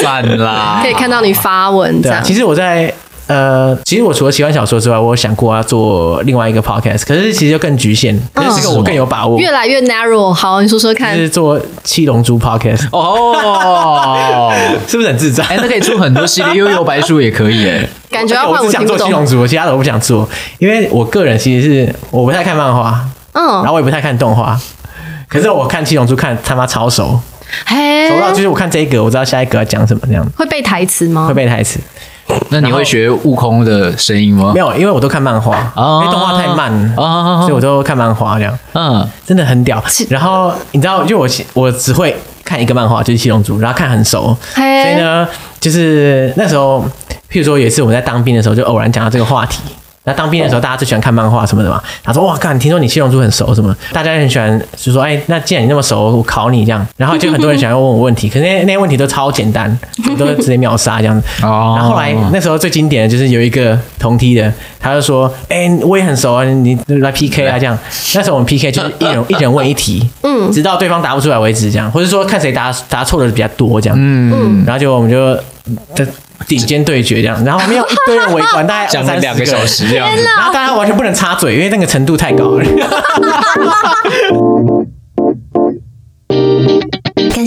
[SPEAKER 1] 算啦，
[SPEAKER 2] 可以看到你发文这
[SPEAKER 3] 对
[SPEAKER 2] 样
[SPEAKER 3] 啊，，其实我在呃，其实我除了奇幻小说之外，我有想过要做另外一个 podcast，可是其实就更局限，可是这个我更有把握，
[SPEAKER 2] 越来越 narrow。好，你说说
[SPEAKER 3] 就
[SPEAKER 2] 看。
[SPEAKER 3] 是做七龙珠 podcast，
[SPEAKER 1] 哦。
[SPEAKER 3] 是不是很自在？
[SPEAKER 1] 哎，那可以出很多系列，悠悠白书也可以哎。
[SPEAKER 2] 感觉要换
[SPEAKER 3] 我
[SPEAKER 2] 听
[SPEAKER 3] 只想
[SPEAKER 2] 不
[SPEAKER 3] 做七龙
[SPEAKER 2] 懂。
[SPEAKER 3] 珠，其他的我不想做，因为我个人其实是我不太看漫画，然
[SPEAKER 2] 嗯，
[SPEAKER 3] 后我也不太看动画。可是我看七龙珠看他妈超熟，
[SPEAKER 2] 嘿
[SPEAKER 3] 熟，到就是我看这一格，我知道下一格要讲什么，这样
[SPEAKER 2] 会背台词吗
[SPEAKER 3] 会？背台词。
[SPEAKER 1] 那你
[SPEAKER 3] 然后
[SPEAKER 1] 会学悟空的声音吗
[SPEAKER 3] 没？有，因为我都看漫画，
[SPEAKER 1] 哦
[SPEAKER 3] 因为动画太慢了，
[SPEAKER 1] 哦
[SPEAKER 3] 所以我都看漫画这样，
[SPEAKER 1] 嗯，
[SPEAKER 3] 真的很屌
[SPEAKER 2] 是。
[SPEAKER 3] 然后你知道，就我我只会看一个漫画，就是《七龙珠》，然后看很熟，所以
[SPEAKER 2] 嘿，
[SPEAKER 3] 呢，就是那时候，譬如说有一次我们在当兵的时候，就偶然讲到这个话题。那当兵的时候，大家最喜欢看漫画什么的嘛。他说：“哇，看，听说你七龙珠很熟什么？”大家很喜欢，就说：“哎、那既然你那么熟，我考你这样。”然后就很多人喜欢问我问题，可是那那些问题都超简单，我都直接秒杀这样子。
[SPEAKER 1] 哦
[SPEAKER 3] 然后后来那时候最经典的就是有一个同梯的，他就说：“哎、我也很熟啊，你你来 PK 啊这样。”那时候我们 PK 就是一人一人问一题，嗯，直到对方答不出来为止这样，或者说看谁答答错的比较多这样。嗯，然后就我们就在顶尖对决这样，然后没有一堆人围观，大 概
[SPEAKER 1] 讲
[SPEAKER 3] 二三
[SPEAKER 1] 了
[SPEAKER 3] 十
[SPEAKER 1] 两个
[SPEAKER 3] 人
[SPEAKER 1] 小时这样子。
[SPEAKER 3] 然后大家完全不能插嘴，因为那个程度太高了。
[SPEAKER 4] 感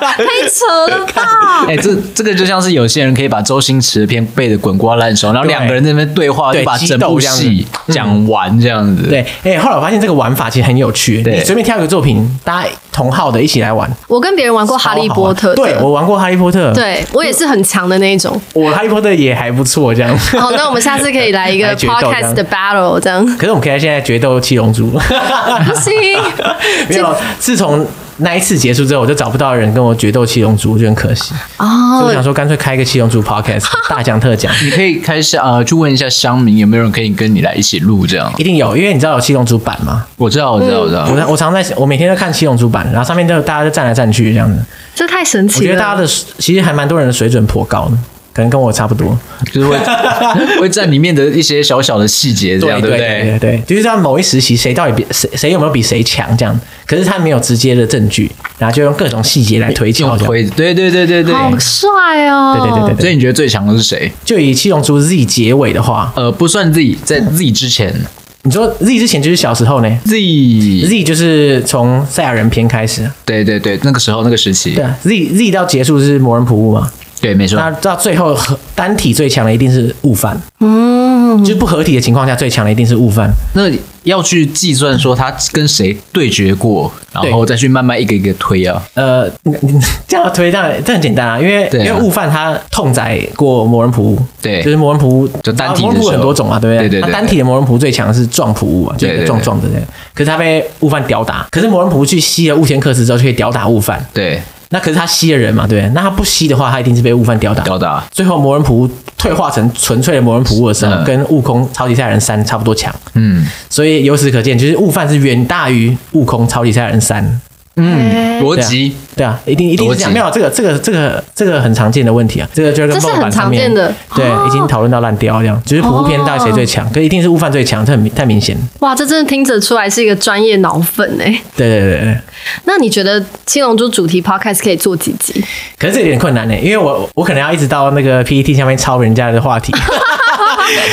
[SPEAKER 2] 太扯了吧！
[SPEAKER 1] 哎，这这个就像是有些人可以把周星驰的片背得滚瓜烂熟，然后
[SPEAKER 3] 对
[SPEAKER 1] 两个人在那边对话，
[SPEAKER 3] 对
[SPEAKER 1] 就把整部戏
[SPEAKER 3] 激斗这样嗯
[SPEAKER 1] 讲完这样子。
[SPEAKER 3] 对，哎、后来我发现这个玩法其实很有趣，
[SPEAKER 1] 对
[SPEAKER 3] 你随便挑一个作品，大家同号的一起来玩。
[SPEAKER 2] 我跟别人玩过《哈利波特》的，
[SPEAKER 3] 对我玩过哈利波特，，
[SPEAKER 2] 对我也是很强的那一种。
[SPEAKER 3] 我哈利波特也还不错这样。
[SPEAKER 2] 好，那我们下次可以 来一个
[SPEAKER 3] 来决斗这样
[SPEAKER 2] podcast 的 battle，这样
[SPEAKER 3] 可是我们可以现在决斗七龙 珠，
[SPEAKER 2] 不行。
[SPEAKER 3] 没有，自从那一次结束之后，我就找不到人跟我决斗七龙珠，我觉得很可惜。所以我
[SPEAKER 2] 哦，
[SPEAKER 3] 想说，干脆开一个七龙珠 podcast，大讲特讲。
[SPEAKER 1] 你可以开始呃，去问一下乡民有没有人可以跟你来一起录这样。
[SPEAKER 3] 一定有，因为你知道有七龙珠版嘛。
[SPEAKER 1] 我知道，我知道，我知道。
[SPEAKER 3] 我我常在，我每天都看七龙珠版，然后上面都大家就站来站去这样子。
[SPEAKER 2] 这太神
[SPEAKER 3] 我
[SPEAKER 2] 奇
[SPEAKER 3] 觉得大
[SPEAKER 2] 了
[SPEAKER 3] 家。的其实还蛮多人的水准颇高的，可能跟我差不多。
[SPEAKER 1] 就是会 会在里面的一些小小的细节这样，
[SPEAKER 3] 对
[SPEAKER 1] 啊不
[SPEAKER 3] 对对，就是在某一时期，谁到底比谁谁有没有比谁强这样。可是他没有直接的证据，然后就用各种细节来推敲
[SPEAKER 1] 用
[SPEAKER 3] 这样。
[SPEAKER 1] 推，对对对对对。
[SPEAKER 2] 好帅哦！
[SPEAKER 3] 对对对对
[SPEAKER 1] 所以
[SPEAKER 3] 对，
[SPEAKER 1] 你觉得最强的是谁？
[SPEAKER 3] 就以七龙珠 Z 结尾的话，
[SPEAKER 1] 呃，不算 Z，在 Z 之前
[SPEAKER 3] 你说 Z 之前就是小时候呢
[SPEAKER 1] ，Z，
[SPEAKER 3] ，Z 就是从赛亚人篇开始，啊
[SPEAKER 1] 对对对，那个时候那个时期
[SPEAKER 3] 对，啊，Z Z 到结束是魔人普乌嘛，
[SPEAKER 1] 对，没错。
[SPEAKER 3] 那到最后单体最强的一定是悟饭。
[SPEAKER 2] 嗯，
[SPEAKER 3] 就是不合体的情况下，最强的一定是悟饭。
[SPEAKER 1] 那要去计算说他跟谁对决过，然后再去慢慢一个一个推啊。
[SPEAKER 3] 呃， 你你这样推这样这很简单啊，因为、
[SPEAKER 1] 对啊
[SPEAKER 3] 因为悟饭他痛宰过魔人普，
[SPEAKER 1] 对
[SPEAKER 3] 就是魔人普啊
[SPEAKER 1] 就单体的
[SPEAKER 3] 魔人普
[SPEAKER 1] 时候
[SPEAKER 3] 很多种嘛，对不
[SPEAKER 1] 对对对
[SPEAKER 3] 他
[SPEAKER 1] 对
[SPEAKER 3] 单体的魔人普最强是撞普啊，就
[SPEAKER 1] 对对
[SPEAKER 3] 是
[SPEAKER 1] 对
[SPEAKER 3] 撞撞的对。可是他被悟饭吊打，可是魔人普去吸了悟天克斯之后，就可以吊打悟饭。
[SPEAKER 1] 对，
[SPEAKER 3] 那可是他吸了人嘛，对不对？那他不吸的话，他一定是被悟饭吊打。
[SPEAKER 1] 高达
[SPEAKER 3] 最后魔人普退化成纯粹的魔人普的时候，
[SPEAKER 1] 嗯
[SPEAKER 3] 跟悟空超级赛亚人三差不多强。
[SPEAKER 1] 嗯
[SPEAKER 3] 所以由此可见，就是悟饭是远大于悟空超级赛亚人三。
[SPEAKER 1] 嗯，逻辑
[SPEAKER 3] 对啊，一定一定是这样。
[SPEAKER 1] 逻辑
[SPEAKER 3] 没有这个这个这个这个这个很常见的问题啊，这个就是
[SPEAKER 2] 这
[SPEAKER 3] 跟
[SPEAKER 2] 是
[SPEAKER 3] 爆
[SPEAKER 2] 很
[SPEAKER 3] 版上
[SPEAKER 2] 常
[SPEAKER 3] 面
[SPEAKER 2] 见的
[SPEAKER 3] 对
[SPEAKER 2] 哦，
[SPEAKER 3] 已经讨论到烂掉这样，就是普遍到底谁最强，可一定是悟饭最强，这很明太明显。
[SPEAKER 2] 哇，这真的听着出来是一个专业脑粉哎、
[SPEAKER 3] 对对对对，
[SPEAKER 2] 那你觉得《七龙珠》主题 podcast 可以做几集？
[SPEAKER 3] 可是这有点困难呢，因为我我可能要一直到那个 PPT 下面抄人家的 话题。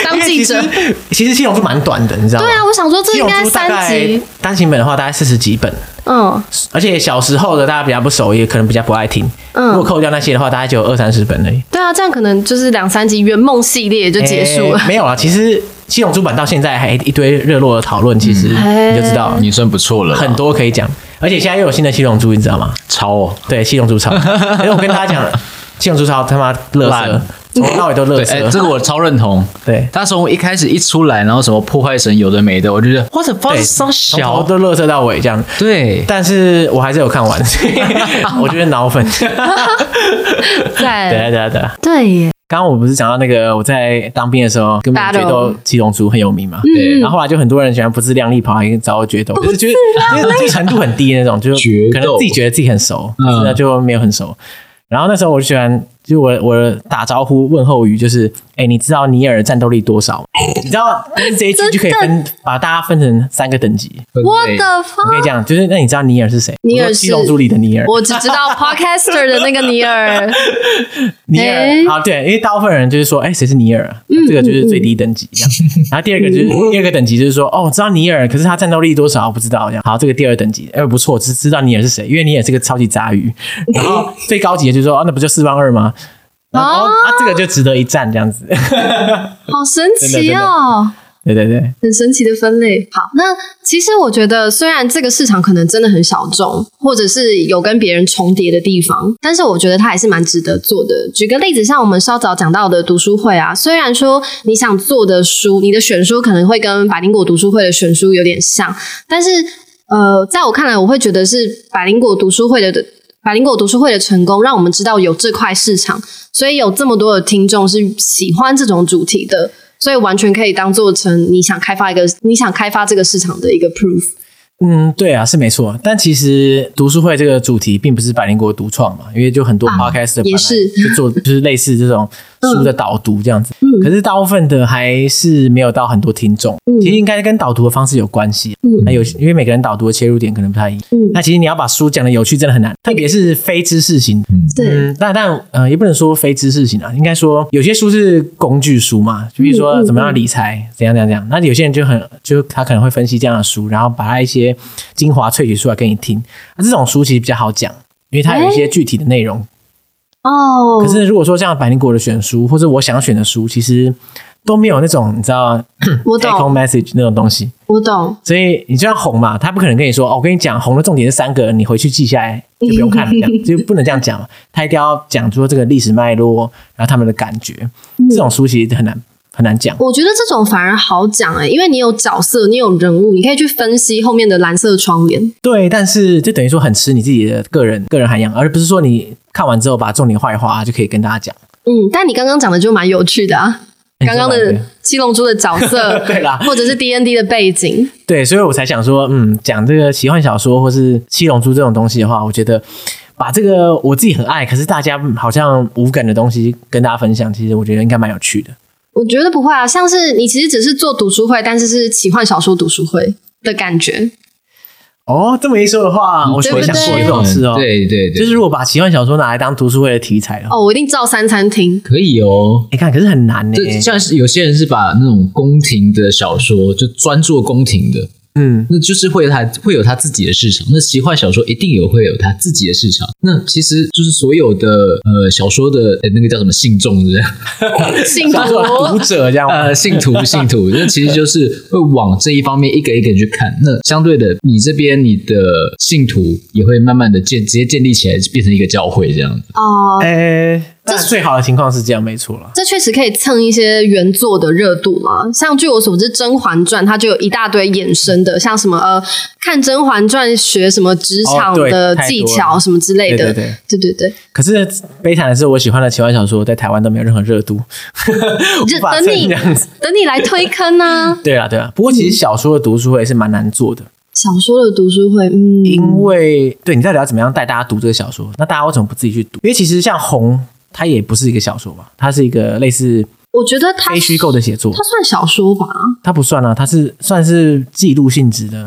[SPEAKER 2] 当记者？
[SPEAKER 3] 因为其实其实七龙珠蛮短的，你知道吗？
[SPEAKER 2] 对啊，我想说这
[SPEAKER 3] 七
[SPEAKER 2] 应
[SPEAKER 3] 龙
[SPEAKER 2] 该
[SPEAKER 3] 珠大
[SPEAKER 2] 三
[SPEAKER 3] 概
[SPEAKER 2] 集。
[SPEAKER 3] 单行本的话大概四十几本，
[SPEAKER 2] 嗯，
[SPEAKER 3] 而且小时候的大家比较不熟，也可能比较不爱听。
[SPEAKER 2] 嗯
[SPEAKER 3] 如果扣掉那些的话，大概就有二三十本而已。
[SPEAKER 2] 对啊，这样可能就是两三集圆梦系列就结束了。
[SPEAKER 3] 欸没有啊，其实七龙珠版到现在还一堆热络的讨论，其实
[SPEAKER 2] 嗯
[SPEAKER 3] 你就知道
[SPEAKER 1] 你算不错了啦，
[SPEAKER 3] 很多可以讲，而且现在又有新的七龙珠，你知道吗？
[SPEAKER 1] 超哦。
[SPEAKER 3] 对，七龙珠 超，因为我跟大家讲，七龙珠超他妈乐色
[SPEAKER 1] 烂，
[SPEAKER 3] 从头到尾都乐
[SPEAKER 1] 对，哎、这
[SPEAKER 3] 色。
[SPEAKER 1] 个我超认同。
[SPEAKER 3] 对
[SPEAKER 1] 他从一开始一出来，然后什么破坏神有的没的，我就觉得我的包
[SPEAKER 3] 对，
[SPEAKER 1] 超
[SPEAKER 3] 从头
[SPEAKER 1] 小。
[SPEAKER 3] 都乐色到尾这样，
[SPEAKER 1] 对，
[SPEAKER 3] 但是我还是有看完， 所以我觉得脑 粉。对
[SPEAKER 2] 在哎
[SPEAKER 3] 啊对啊对啊，
[SPEAKER 2] 对耶，
[SPEAKER 3] 刚刚我不是讲到那个我在当兵的时候跟别人决斗
[SPEAKER 2] Battle，
[SPEAKER 3] 七龙珠很有名
[SPEAKER 2] 嗯
[SPEAKER 3] 嘛？
[SPEAKER 1] 对
[SPEAKER 3] 然后后来就很多人喜欢不自量力跑来找我决斗，就是觉得就是就是程度很低的那种，就
[SPEAKER 1] 决斗
[SPEAKER 3] 是可能自己觉得自己很熟，
[SPEAKER 1] 嗯
[SPEAKER 3] 那就没有很熟。然后那时候我就喜欢，就我我的打招呼问候语就是，哎，你知道尼尔战斗力多少吗？你知道，但是这一集就可以分把大家分成三个等级。
[SPEAKER 2] 我
[SPEAKER 1] 对
[SPEAKER 2] 的
[SPEAKER 3] 我可以
[SPEAKER 2] 妈！
[SPEAKER 3] 这样，就是那你知道尼尔是谁？
[SPEAKER 2] 尼尔
[SPEAKER 3] 我说
[SPEAKER 2] 是
[SPEAKER 3] 七龙珠里的尼尔，
[SPEAKER 2] 我只知 道 podcaster 的那个尼 尔，
[SPEAKER 3] 尼尔、
[SPEAKER 2] 诶
[SPEAKER 3] 啊，对，因为大部分人就是说，哎、谁是尼尔、啊？这个就是最低等级这样。然后第二个就是、第二个等级就是说，哦，我知道尼尔，可是他战斗力多少我不知道这样。好，这个第二等级，哎、不错，只知道尼尔是谁，因为尼尔是个超级杂鱼。然后最高级的就是说，哦，那不就四万二吗？然后、哦、啊，这个就值得一战这样子。
[SPEAKER 2] 好神奇哦！
[SPEAKER 3] 对对对，
[SPEAKER 2] 很神奇的分类。好，那其实我觉得，虽然这个市场可能真的很小众，或者是有跟别人重叠的地方，但是我觉得它还是蛮值得做的。举个例子，像我们稍早讲到的读书会啊，虽然说你想做的书，你的选书可能会跟百灵果读书会的选书有点像，但是呃，在我看来，我会觉得是百灵果读书会的。百灵果读书会的成功，让我们知道有这块市场，所以有这么多的听众是喜欢这种主题的，所以完全可以当做成你想开发一个你想开发这个市场的一个 proof。
[SPEAKER 3] 嗯，对啊，是没错。但其实读书会这个主题并不是百灵国独创嘛，因为就很多 podcast 的、
[SPEAKER 2] 啊也是嗯
[SPEAKER 3] 就做就是类似这种书的导读这样子。可是大部分的还是没有到很多听众。其实应该跟导读的方式有关系。啊
[SPEAKER 2] 嗯
[SPEAKER 3] 那有因为每个人导读的切入点可能不太一样。
[SPEAKER 2] 嗯
[SPEAKER 3] 那其实你要把书讲的有趣真的很难，特别是非知识型。
[SPEAKER 2] 对，
[SPEAKER 3] 嗯，但但呃，也不能说非知识型啊，应该说有些书是工具书嘛，就比如
[SPEAKER 2] 嗯
[SPEAKER 3] 说怎么样理财，怎样怎样怎样。那有些人就很就他可能会分析这样的书，然后把它一些精华萃取出来给你听。那这种书其实比较好讲，因为它有一些具体的内容。
[SPEAKER 2] 哦，
[SPEAKER 3] 可是如果说像百灵果的选书，或者我想选的书，其实都没有那种你知道
[SPEAKER 2] 我
[SPEAKER 3] take home
[SPEAKER 2] 懂，
[SPEAKER 3] message 那种东西。
[SPEAKER 2] 我懂，
[SPEAKER 3] 所以你就要红嘛，他不可能跟你说哦，我跟你讲红的重点是三个，你回去记下来就不用看了，这样就不能这样讲嘛。他一定要讲出这个历史脉络，然后他们的感觉，这种书其实很难很难讲。
[SPEAKER 2] 我觉得这种反而好讲哎、因为你有角色，你有人物，你可以去分析后面的蓝色窗帘。
[SPEAKER 3] 对，但是就等于说很吃你自己的个人个人涵养，而不是说你看完之后把重点画一画就可以跟大家讲。
[SPEAKER 2] 嗯，但你刚刚讲的就蛮有趣的啊，
[SPEAKER 3] 哎
[SPEAKER 2] 刚刚的七龙珠的角色，
[SPEAKER 3] 对啦
[SPEAKER 2] 或者是 D N D 的背景，
[SPEAKER 3] 对，所以我才想说，嗯，讲这个奇幻小说或是七龙珠这种东西的话，我觉得把这个我自己很爱，可是大家好像无感的东西跟大家分享，其实我觉得应该蛮有趣的。
[SPEAKER 2] 我觉得不会啊，像是你其实只是做读书会，但是是奇幻小说读书会的感觉。
[SPEAKER 3] 哦，这么一说的话，我
[SPEAKER 1] 对
[SPEAKER 3] 回
[SPEAKER 1] 不
[SPEAKER 3] 想过
[SPEAKER 2] 对
[SPEAKER 3] 这种事哦。，
[SPEAKER 1] 对对对，
[SPEAKER 3] 就是如果把奇幻小说拿来当读书会的题材的话，
[SPEAKER 2] 哦，我一定照三餐听。
[SPEAKER 1] 可以哦。
[SPEAKER 3] 你看，可是很难呢。
[SPEAKER 1] 这像是有些人是把那种宫廷的小说就专做宫廷的，
[SPEAKER 3] 嗯，
[SPEAKER 1] 那就是会有它会有它自己的市场。那奇幻小说一定有会有它自己的市场。那其实就是所有的呃小说的、呃那个叫什么信众是不是？
[SPEAKER 2] 幸福
[SPEAKER 3] 当做读者这样吗，
[SPEAKER 1] 呃，信徒信徒，那其实就是会往这一方面一个一个去看。那相对的，你这边你的信徒也会慢慢的建直接建立起来，变成一个教会这样子。
[SPEAKER 2] 哦。
[SPEAKER 3] 哎，这最好的情况是这样，没错了。
[SPEAKER 2] 这确实可以蹭一些原作的热度嘛。像据我所知，《甄嬛传》它就有一大堆衍生的，像什么呃，看《甄嬛传》学什么职场
[SPEAKER 3] 哦对
[SPEAKER 2] 的
[SPEAKER 3] 太
[SPEAKER 2] 技
[SPEAKER 3] 多了
[SPEAKER 2] 巧什么之类的。
[SPEAKER 3] 对对
[SPEAKER 2] 对对对
[SPEAKER 3] 可是悲惨的是，我喜欢的奇幻小说在台湾都没有任何热度，无法
[SPEAKER 2] 等
[SPEAKER 3] 蹭
[SPEAKER 2] 你
[SPEAKER 3] 这样子。
[SPEAKER 2] 等你来推坑啊！
[SPEAKER 3] 对啊，对啊。不过其实小说的读书会是蛮难做的，
[SPEAKER 2] 小说的读书会，嗯，
[SPEAKER 3] 因为对你到底要怎么样带大家读这个小说？那大家为什么不自己去读？因为其实像《红》，它也不是一个小说吧，它是一个类似
[SPEAKER 2] 我觉得它
[SPEAKER 3] 非虚构的写作
[SPEAKER 2] 它，算小说吧？
[SPEAKER 3] 它不算啊，它是算是记录性质的，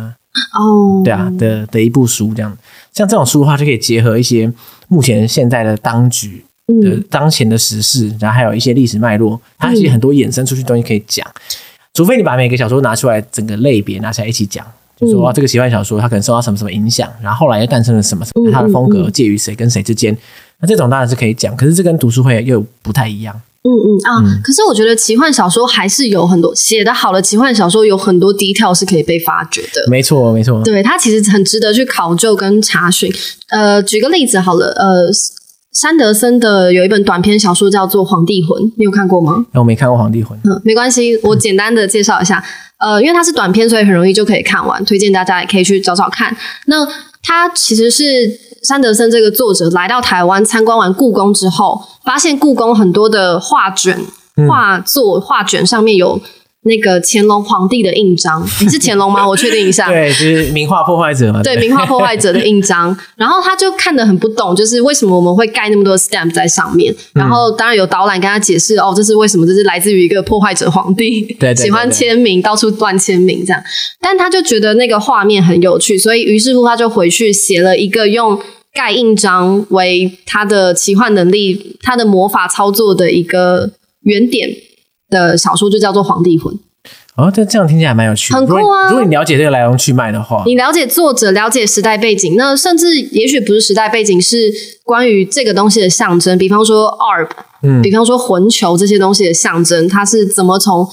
[SPEAKER 2] 哦，
[SPEAKER 3] 对啊的的一部书这样。像这种书的话，就可以结合一些目前现在的当局的
[SPEAKER 2] 嗯，
[SPEAKER 3] 当前的时事，然后还有一些历史脉络，它其实很多衍生出去的东西可以讲。除非你把每个小说拿出来，整个类别拿起来一起讲，就说、
[SPEAKER 2] 嗯
[SPEAKER 3] 哦这个奇幻小说它可能受到什么什么影响，然后后来又诞生了什么什么，
[SPEAKER 2] 嗯
[SPEAKER 3] 它的风
[SPEAKER 2] 嗯
[SPEAKER 3] 格
[SPEAKER 2] 嗯
[SPEAKER 3] 介于谁跟谁之间。那这种当然是可以讲，可是这跟读书会又不太一样。
[SPEAKER 2] 嗯嗯啊，可是我觉得奇幻小说还是有很多写得好的奇幻小说，有很多低调是可以被发掘的。
[SPEAKER 3] 没错，没错，
[SPEAKER 2] 对，它其实很值得去考究跟查询。呃，举个例子好了，呃，山德森的有一本短篇小说叫做《皇帝魂》，你有看过吗？
[SPEAKER 3] 哎我没看过《皇帝魂》，
[SPEAKER 2] 嗯，没关系，我简单的介绍一下。呃，因为它是短篇，所以很容易就可以看完，推荐大家也可以去找找看。那它其实是山德森这个作者来到台湾参观完故宫之后，发现故宫很多的画卷、画作、画卷上面有那个乾隆皇帝的印章，诶是乾隆吗？我确定一下。
[SPEAKER 3] 对，就是名画破坏者嘛。
[SPEAKER 2] 对名画破坏者的印章，然后他就看得很不懂，就是为什么我们会盖那么多 stamp 在上面。然后
[SPEAKER 3] 嗯
[SPEAKER 2] 当然有导览跟他解释，哦，这是为什么，这是来自于一个破坏者皇帝，
[SPEAKER 3] 对对 对
[SPEAKER 2] 喜欢
[SPEAKER 3] 对
[SPEAKER 2] 签名，到处乱签名这样。但他就觉得那个画面很有趣，所以于是乎他就回去写了一个用。盖印章为他的奇幻能力、他的魔法操作的一个原点的小说，就叫做《皇帝魂》。
[SPEAKER 3] 哦，这这样听起来蛮有趣的。
[SPEAKER 2] 很酷啊
[SPEAKER 3] 如果如果你了解这个来龙去脉的话，
[SPEAKER 2] 你了解作者，了解时代背景，那甚至也许不是时代背景，是关于这个东西的象征，比方说 ARB，
[SPEAKER 3] 嗯
[SPEAKER 2] 比方说魂球这些东西的象征，它是怎么从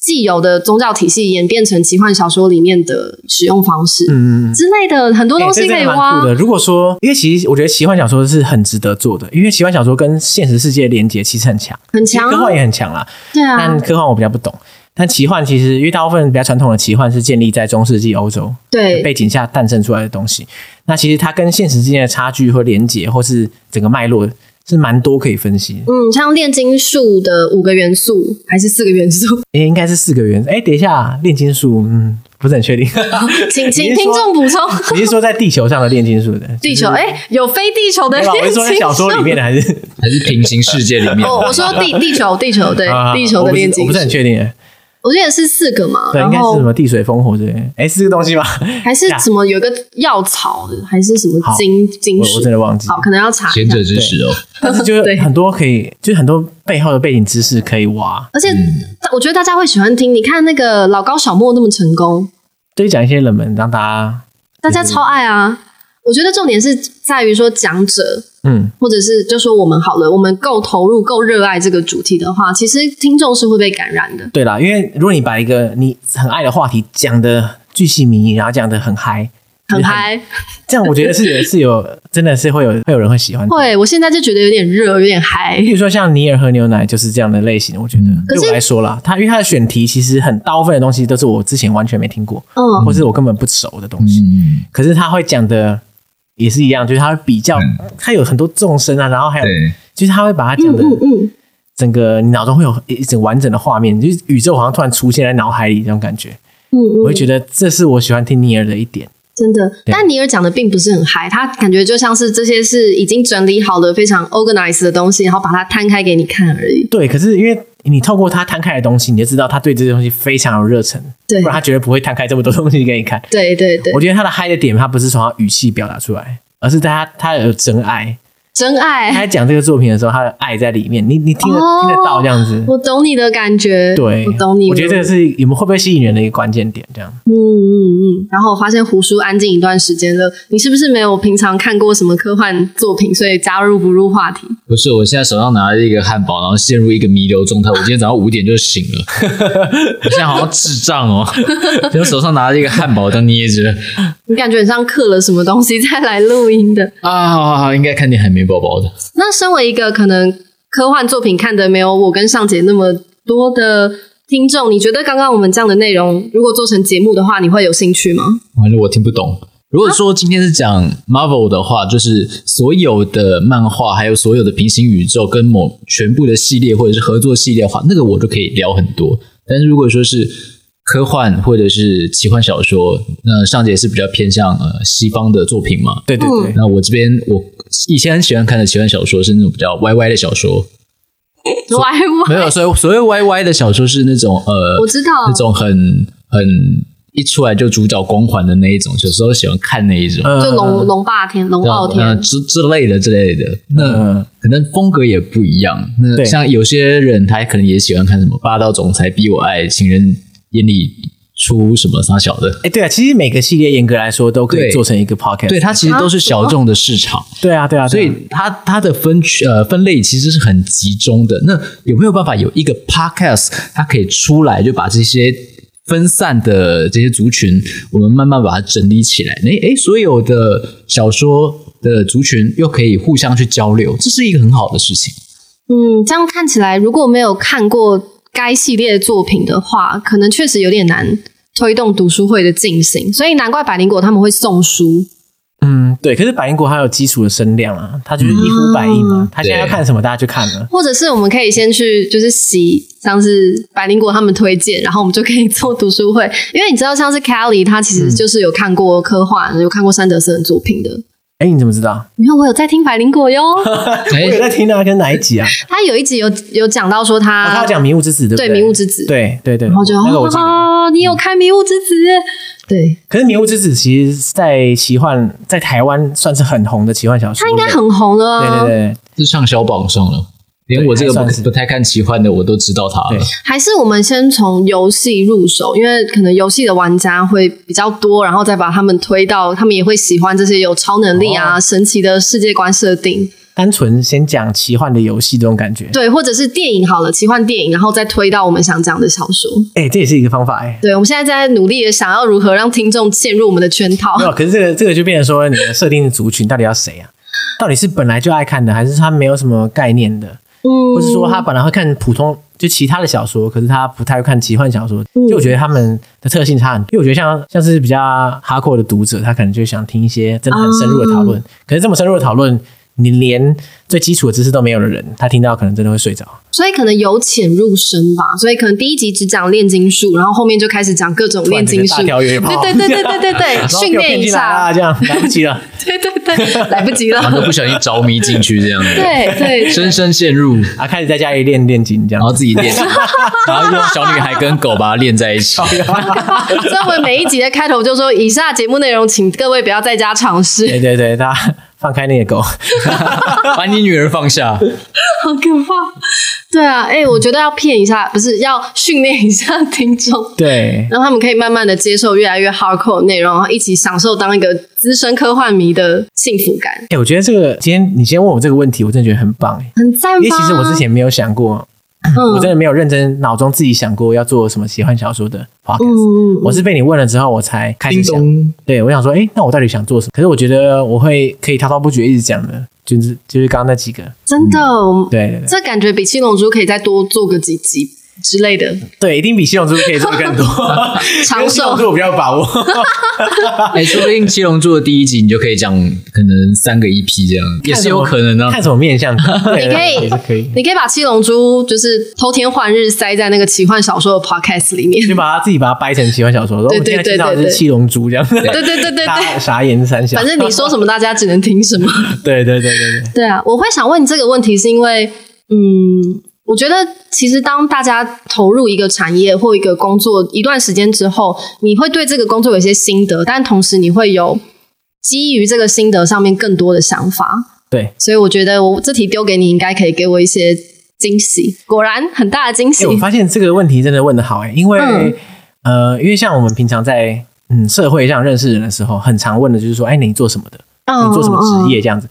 [SPEAKER 2] 既有的宗教体系演变成奇幻小说里面的使用方式、
[SPEAKER 3] 嗯嗯嗯。
[SPEAKER 2] 之类的，很多
[SPEAKER 3] 欸
[SPEAKER 2] 东
[SPEAKER 3] 这
[SPEAKER 2] 西可
[SPEAKER 3] 真
[SPEAKER 2] 以
[SPEAKER 3] 的蛮
[SPEAKER 2] 挖。
[SPEAKER 3] 酷的。如果说，因为其实我觉得奇幻小说是很值得做的，因为奇幻小说跟现实世界连接其实很强，
[SPEAKER 2] 很
[SPEAKER 3] 其实
[SPEAKER 2] 强
[SPEAKER 3] 科
[SPEAKER 2] 啊，
[SPEAKER 3] 幻也很强啦。
[SPEAKER 2] 对啊
[SPEAKER 3] 但，科幻我比较不懂，但奇幻其实因为大部分比较传统的奇幻是建立在中世纪欧洲的
[SPEAKER 2] 对，
[SPEAKER 3] 背景下诞生出来的东西，那其实它跟现实之间的差距或连接，或是整个脉络是蛮多可以分析的。
[SPEAKER 2] 嗯，像炼金术的五个元素还是四个元 素，
[SPEAKER 3] 诶、应该是四个元素。诶、等一下，炼金术，嗯，不是很确定。
[SPEAKER 2] 请
[SPEAKER 3] 你
[SPEAKER 2] 请
[SPEAKER 3] 是
[SPEAKER 2] 听
[SPEAKER 3] 说
[SPEAKER 2] 众补充。
[SPEAKER 3] 你是说在地球上的炼金术的？
[SPEAKER 2] 地球哎、有非地球的
[SPEAKER 3] 对吧？我
[SPEAKER 2] 炼
[SPEAKER 3] 是
[SPEAKER 2] 金
[SPEAKER 3] 说在小说里
[SPEAKER 2] 术
[SPEAKER 3] 面的还是？
[SPEAKER 1] 还是平行世界里面？
[SPEAKER 2] 哦，我说地地球，地球对
[SPEAKER 3] 啊，
[SPEAKER 2] 地球的炼金
[SPEAKER 3] 我不是我不是很
[SPEAKER 2] 术，
[SPEAKER 3] 确定耶，
[SPEAKER 2] 我记得是四个嘛，
[SPEAKER 3] 对，
[SPEAKER 2] 然
[SPEAKER 3] 应该是什
[SPEAKER 2] 后
[SPEAKER 3] 么地水风火之类的，哎，是这个 东西吧？
[SPEAKER 2] 还是什么有个药草的，还是什么金金
[SPEAKER 3] 我
[SPEAKER 2] 属
[SPEAKER 3] 我真，的忘记，
[SPEAKER 2] 好，可能要查一
[SPEAKER 1] 贤
[SPEAKER 2] 下
[SPEAKER 1] 者。之石哦，
[SPEAKER 3] 但是就
[SPEAKER 2] 对
[SPEAKER 3] 是很多可以，就是很多背后的背景知识可以挖，
[SPEAKER 2] 而且我觉得大家会喜欢听，你看那个老高小莫那么成功，
[SPEAKER 3] 对，讲一些冷门，让大家
[SPEAKER 2] 大
[SPEAKER 3] 嗯
[SPEAKER 2] 家超爱啊。我觉得重点是在于说讲者
[SPEAKER 3] 嗯，
[SPEAKER 2] 或者是就说我们好了，我们够投入、够热爱这个主题的话，其实听众是会被感染的。
[SPEAKER 3] 对啦，因为如果你把一个你很爱的话题讲的巨细靡遗，然后讲的很嗨，
[SPEAKER 2] 很嗨，
[SPEAKER 3] 这样我觉得是有是有真的是会有会有人会喜欢。
[SPEAKER 2] 会，我现在就觉得有点热，有点嗨
[SPEAKER 3] 比。如说像尼尔喝牛奶就是这样的类型，我觉得
[SPEAKER 1] 嗯
[SPEAKER 2] 可是
[SPEAKER 3] 对我来说啦，它因为它的选题其实很大部分的东西都是我之前完全没听过，
[SPEAKER 2] 嗯，
[SPEAKER 3] 或是我根本不熟的东西。
[SPEAKER 1] 嗯，
[SPEAKER 3] 可是他会讲的也是一样，就是他会比较，
[SPEAKER 1] 嗯
[SPEAKER 3] 他有很多纵深啊，然后还有，
[SPEAKER 1] 对，
[SPEAKER 3] 就是他会把它讲
[SPEAKER 2] 嗯
[SPEAKER 3] 的
[SPEAKER 2] 嗯嗯，
[SPEAKER 3] 整个，你脑中会有一整完整的画面，就是宇宙好像突然出现在脑海里那种感觉。
[SPEAKER 2] 嗯嗯，
[SPEAKER 3] 我会觉得这是我喜欢听尼尔的一点。
[SPEAKER 2] 真的，
[SPEAKER 3] 对
[SPEAKER 2] 但尼尔讲的并不是很嗨，他感觉就像是这些是已经整理好的非常 organized 的东西，然后把它摊开给你看而已。
[SPEAKER 3] 对，可是因为你透过他摊开的东西，你就知道他对这些东西非常有热忱，
[SPEAKER 2] 对
[SPEAKER 3] 不然他绝对不会摊开这么多东西给你看。
[SPEAKER 2] 对对对
[SPEAKER 3] 我，觉得他的嗨的点，他不是从他语气表达出来，而是在他他有真爱，
[SPEAKER 2] 真
[SPEAKER 3] 他
[SPEAKER 2] 爱，
[SPEAKER 3] 在讲这个作品的时候，他的爱在里面，你你听得、
[SPEAKER 2] 哎哦
[SPEAKER 3] 听得到这样子。
[SPEAKER 2] 我懂你的感觉，
[SPEAKER 3] 对，
[SPEAKER 2] 我懂你。
[SPEAKER 3] 我觉得这个是你们会不会吸引人的一个关键点，这样。
[SPEAKER 2] 嗯嗯嗯。然后我发现胡叔安静一段时间了，你是不是没有平常看过什么科幻作品，所以加入不入话题？
[SPEAKER 1] 不是，我现在手上拿着一个汉堡，然后陷入一个弥留状态。我今天早上五点就醒了，我现在好像智障哦，就手上拿着一个汉堡在捏着
[SPEAKER 2] 你感觉很像刻了什么东西再来录音的。
[SPEAKER 1] 啊，好好好，应该看见海绵宝宝的。
[SPEAKER 2] 那身为一个可能科幻作品看的没有我跟尚姐那么多的听众，你觉得刚刚我们这样的内容，如果做成节目的话，你会有兴趣吗？
[SPEAKER 1] 完了，我听不懂。如果说今天是讲 Marvel 的话，就是所有的漫画，还有所有的平行宇宙跟某全部的系列或者是合作系列的话，那个我就可以聊很多。但是如果说是科幻或者是奇幻小说，那上节是比较偏向呃西方的作品嘛。
[SPEAKER 3] 对对对，
[SPEAKER 2] 嗯
[SPEAKER 1] 那我这边我以前很喜欢看的奇幻小说是那种比较 YY 的小说，
[SPEAKER 2] 歪
[SPEAKER 1] 没
[SPEAKER 2] 歪，
[SPEAKER 1] 有，所以所谓 YY 的小说是那种呃，
[SPEAKER 2] 哦哎我知道
[SPEAKER 1] 那种很很一出来就主角光环的那一种，有时候喜欢看那一种，
[SPEAKER 3] 嗯
[SPEAKER 2] 就龙龙霸天、龙
[SPEAKER 1] 那
[SPEAKER 2] 傲呃天，
[SPEAKER 1] 之之类的之类的，那
[SPEAKER 3] 嗯，
[SPEAKER 1] 可能风格也不一样。那
[SPEAKER 3] 对
[SPEAKER 1] 像有些人他可能也喜欢看什么霸道总裁逼我爱情人眼里出什么啥小的，
[SPEAKER 3] 哎，对啊，其实每个系列严格来说都可以
[SPEAKER 1] 对
[SPEAKER 3] 做成一个 podcast。
[SPEAKER 1] 对，他其实都是
[SPEAKER 2] 啊
[SPEAKER 1] 小众的市场。
[SPEAKER 3] 对啊，对啊，
[SPEAKER 1] 所
[SPEAKER 3] 对啊
[SPEAKER 1] 以它它的分区呃分类其实是很集中的。那有没有办法有一个 podcast，它可以出来就把这些分散的这些族群，我们慢慢把它整理起来？诶诶，所有的小说的族群又可以互相去交流，这是一个很好的事情。
[SPEAKER 2] 嗯，这样看起来，如果没有看过该系列作品的话，可能确实有点难推动读书会的进行，所以难怪百灵果他们会送书。
[SPEAKER 3] 嗯，对。可是百英国它有基础的声量啊，它就是一呼百应
[SPEAKER 1] 嗯
[SPEAKER 3] 啊嘛，它现在要看什么大家就看了。
[SPEAKER 2] 或者是我们可以先去就是洗，像是百灵果他们推荐，然后我们就可以做读书会。 因为你知道，像是 Kelly，他其实
[SPEAKER 3] 嗯
[SPEAKER 2] 就是有看过科幻，有看过山德森的作品的。
[SPEAKER 3] 哎，你怎么知道？
[SPEAKER 2] 你看，我有在听百灵果 哟，
[SPEAKER 3] 我
[SPEAKER 1] 哎
[SPEAKER 3] 有在听啊，跟哪一集啊？
[SPEAKER 2] 他有一集有有讲到说
[SPEAKER 3] 哦
[SPEAKER 2] 他，
[SPEAKER 3] 他要讲《迷雾之子》对不
[SPEAKER 2] 啊对
[SPEAKER 3] 对？
[SPEAKER 2] 《迷雾之子》，
[SPEAKER 3] 对对对，
[SPEAKER 2] 然后就
[SPEAKER 3] 那个我 记得。
[SPEAKER 2] 哦，你有看《迷雾之子》？对，
[SPEAKER 3] 可是《迷雾之子》其实，在奇幻在台湾算是很红的奇幻小说，
[SPEAKER 2] 他应该很红了
[SPEAKER 3] 对
[SPEAKER 2] 啊。
[SPEAKER 3] 对对
[SPEAKER 1] 是畅销榜上了，连
[SPEAKER 3] 对
[SPEAKER 1] 我这个
[SPEAKER 3] 还算
[SPEAKER 1] 不
[SPEAKER 3] 是
[SPEAKER 1] 不太看奇幻的，我都知道它
[SPEAKER 3] 对
[SPEAKER 1] 了。
[SPEAKER 2] 还是我们先从游戏入手，因为可能游戏的玩家会比较多，然后再把他们推到，他们也会喜欢这些有超能力
[SPEAKER 3] 哦
[SPEAKER 2] 啊、神奇的世界观设定，
[SPEAKER 3] 单纯先讲奇幻的游戏这种感觉，
[SPEAKER 2] 对，或者是电影好了，奇幻电影，然后再推到我们想讲的小说。
[SPEAKER 3] 哎，这也是一个方法哎。
[SPEAKER 2] 对，我们现在在努力的想要如何让听众陷入我们的圈套
[SPEAKER 3] 没。有，可是这个这个就变成说，你的设定的族群到底要谁啊？到底是本来就爱看的，还是他没有什么概念的？
[SPEAKER 2] 嗯
[SPEAKER 3] 或是说他本来会看普通就其他的小说，可是他不太会看奇幻小说，
[SPEAKER 2] 嗯
[SPEAKER 3] 就我觉得他们的特性差很多。因为我觉得像像是比较哈扣的读者，他可能就想听一些真的很深入的讨论，
[SPEAKER 2] 嗯
[SPEAKER 3] 可是这么深入的讨论，你连最基础的知识都没有的人，他听到可能真的会睡着。
[SPEAKER 2] 所以可能由浅入深吧，所以可能第一集只讲炼金术，然后后面就开始讲各种炼金术，
[SPEAKER 3] 突然整个大条原野炮
[SPEAKER 2] 对对对对对对 对，训练一下
[SPEAKER 3] 啊，，这样来不及了。
[SPEAKER 2] 对对对，来不及了
[SPEAKER 1] 然， 后不小心着迷进去这样子，
[SPEAKER 2] 对对，
[SPEAKER 1] 深深陷入，
[SPEAKER 3] 啊，开始在家里练练筋这样
[SPEAKER 1] 然。后自己练，然后用小女孩跟狗把它练在一起。
[SPEAKER 2] 所以我们每一集的开头就说：“以下节目内容，请各位不要在家尝试。
[SPEAKER 3] 对对对，大家放开那个狗。
[SPEAKER 1] 把你女儿放下。”
[SPEAKER 2] 好可怕！对啊，哎、我觉得要骗一下，不是要训练一下听众，
[SPEAKER 3] 对，
[SPEAKER 2] 让他们可以慢慢的接受越来越 hardcore 的内容，然后一起享受当一个资深科幻迷的幸福感，
[SPEAKER 3] 哎、我觉得这个今天你今天问我这个问题，我真的觉得很棒哎、
[SPEAKER 2] 很赞吧？
[SPEAKER 3] 因为其实我之前没有想过，我
[SPEAKER 2] 嗯
[SPEAKER 3] 真的没有认真脑中自己想过要做什么喜欢小说的 podcast。
[SPEAKER 2] 嗯，
[SPEAKER 3] 我是被你问了之后，我才开始想。对，我想说，哎、那我到底想做什么？可是我觉得我会可以滔滔不绝一直讲的，就是就是刚刚那几个。
[SPEAKER 2] 真的，
[SPEAKER 3] 嗯对对对，
[SPEAKER 2] 这感觉比七龙珠可以再多做个几集之类的，
[SPEAKER 3] 对，一定比七龙珠可以做的 更多。
[SPEAKER 2] 长
[SPEAKER 3] 七龙
[SPEAKER 2] 寿。
[SPEAKER 3] 珠我比较有把握。
[SPEAKER 1] 哎、说不定《七龙珠》的第一集你就可以讲，可能三个 EP 这样，也是有可能的、啊
[SPEAKER 3] 看什么面 相？对，
[SPEAKER 2] 你可以
[SPEAKER 3] 也是可以。
[SPEAKER 2] 你可以把七龙珠就是偷天换日塞在那个奇幻小说的 podcast 里面，
[SPEAKER 3] 就把它自己把它掰成奇幻小说，然后
[SPEAKER 2] 对
[SPEAKER 3] 我
[SPEAKER 2] 对
[SPEAKER 3] 现在
[SPEAKER 2] 对
[SPEAKER 3] 介绍的
[SPEAKER 2] 对
[SPEAKER 3] 是
[SPEAKER 2] 对
[SPEAKER 3] 七龙珠这样，
[SPEAKER 2] 对对对对
[SPEAKER 3] 大
[SPEAKER 2] 对
[SPEAKER 3] 家，傻眼三小。
[SPEAKER 2] 反正你说什么，大家只能听什么。
[SPEAKER 3] 对对对对对，
[SPEAKER 2] 对啊，我会想问你这个问题，是因为，嗯，我觉得其实当大家投入一个产业或一个工作一段时间之后，你会对这个工作有一些心得，但同时你会有基于这个心得上面更多的想法。
[SPEAKER 3] 对，
[SPEAKER 2] 所以我觉得我这题丢给你，应该可以给我一些惊喜。果然，很大的惊喜
[SPEAKER 3] 欸。我发现这个问题真的问的好哎、因为、
[SPEAKER 2] 嗯
[SPEAKER 3] 呃，因为像我们平常在嗯社会上认识人的时候，很常问的就是说，哎、你做什么的？
[SPEAKER 2] 嗯
[SPEAKER 3] 你做什么职业？这样子。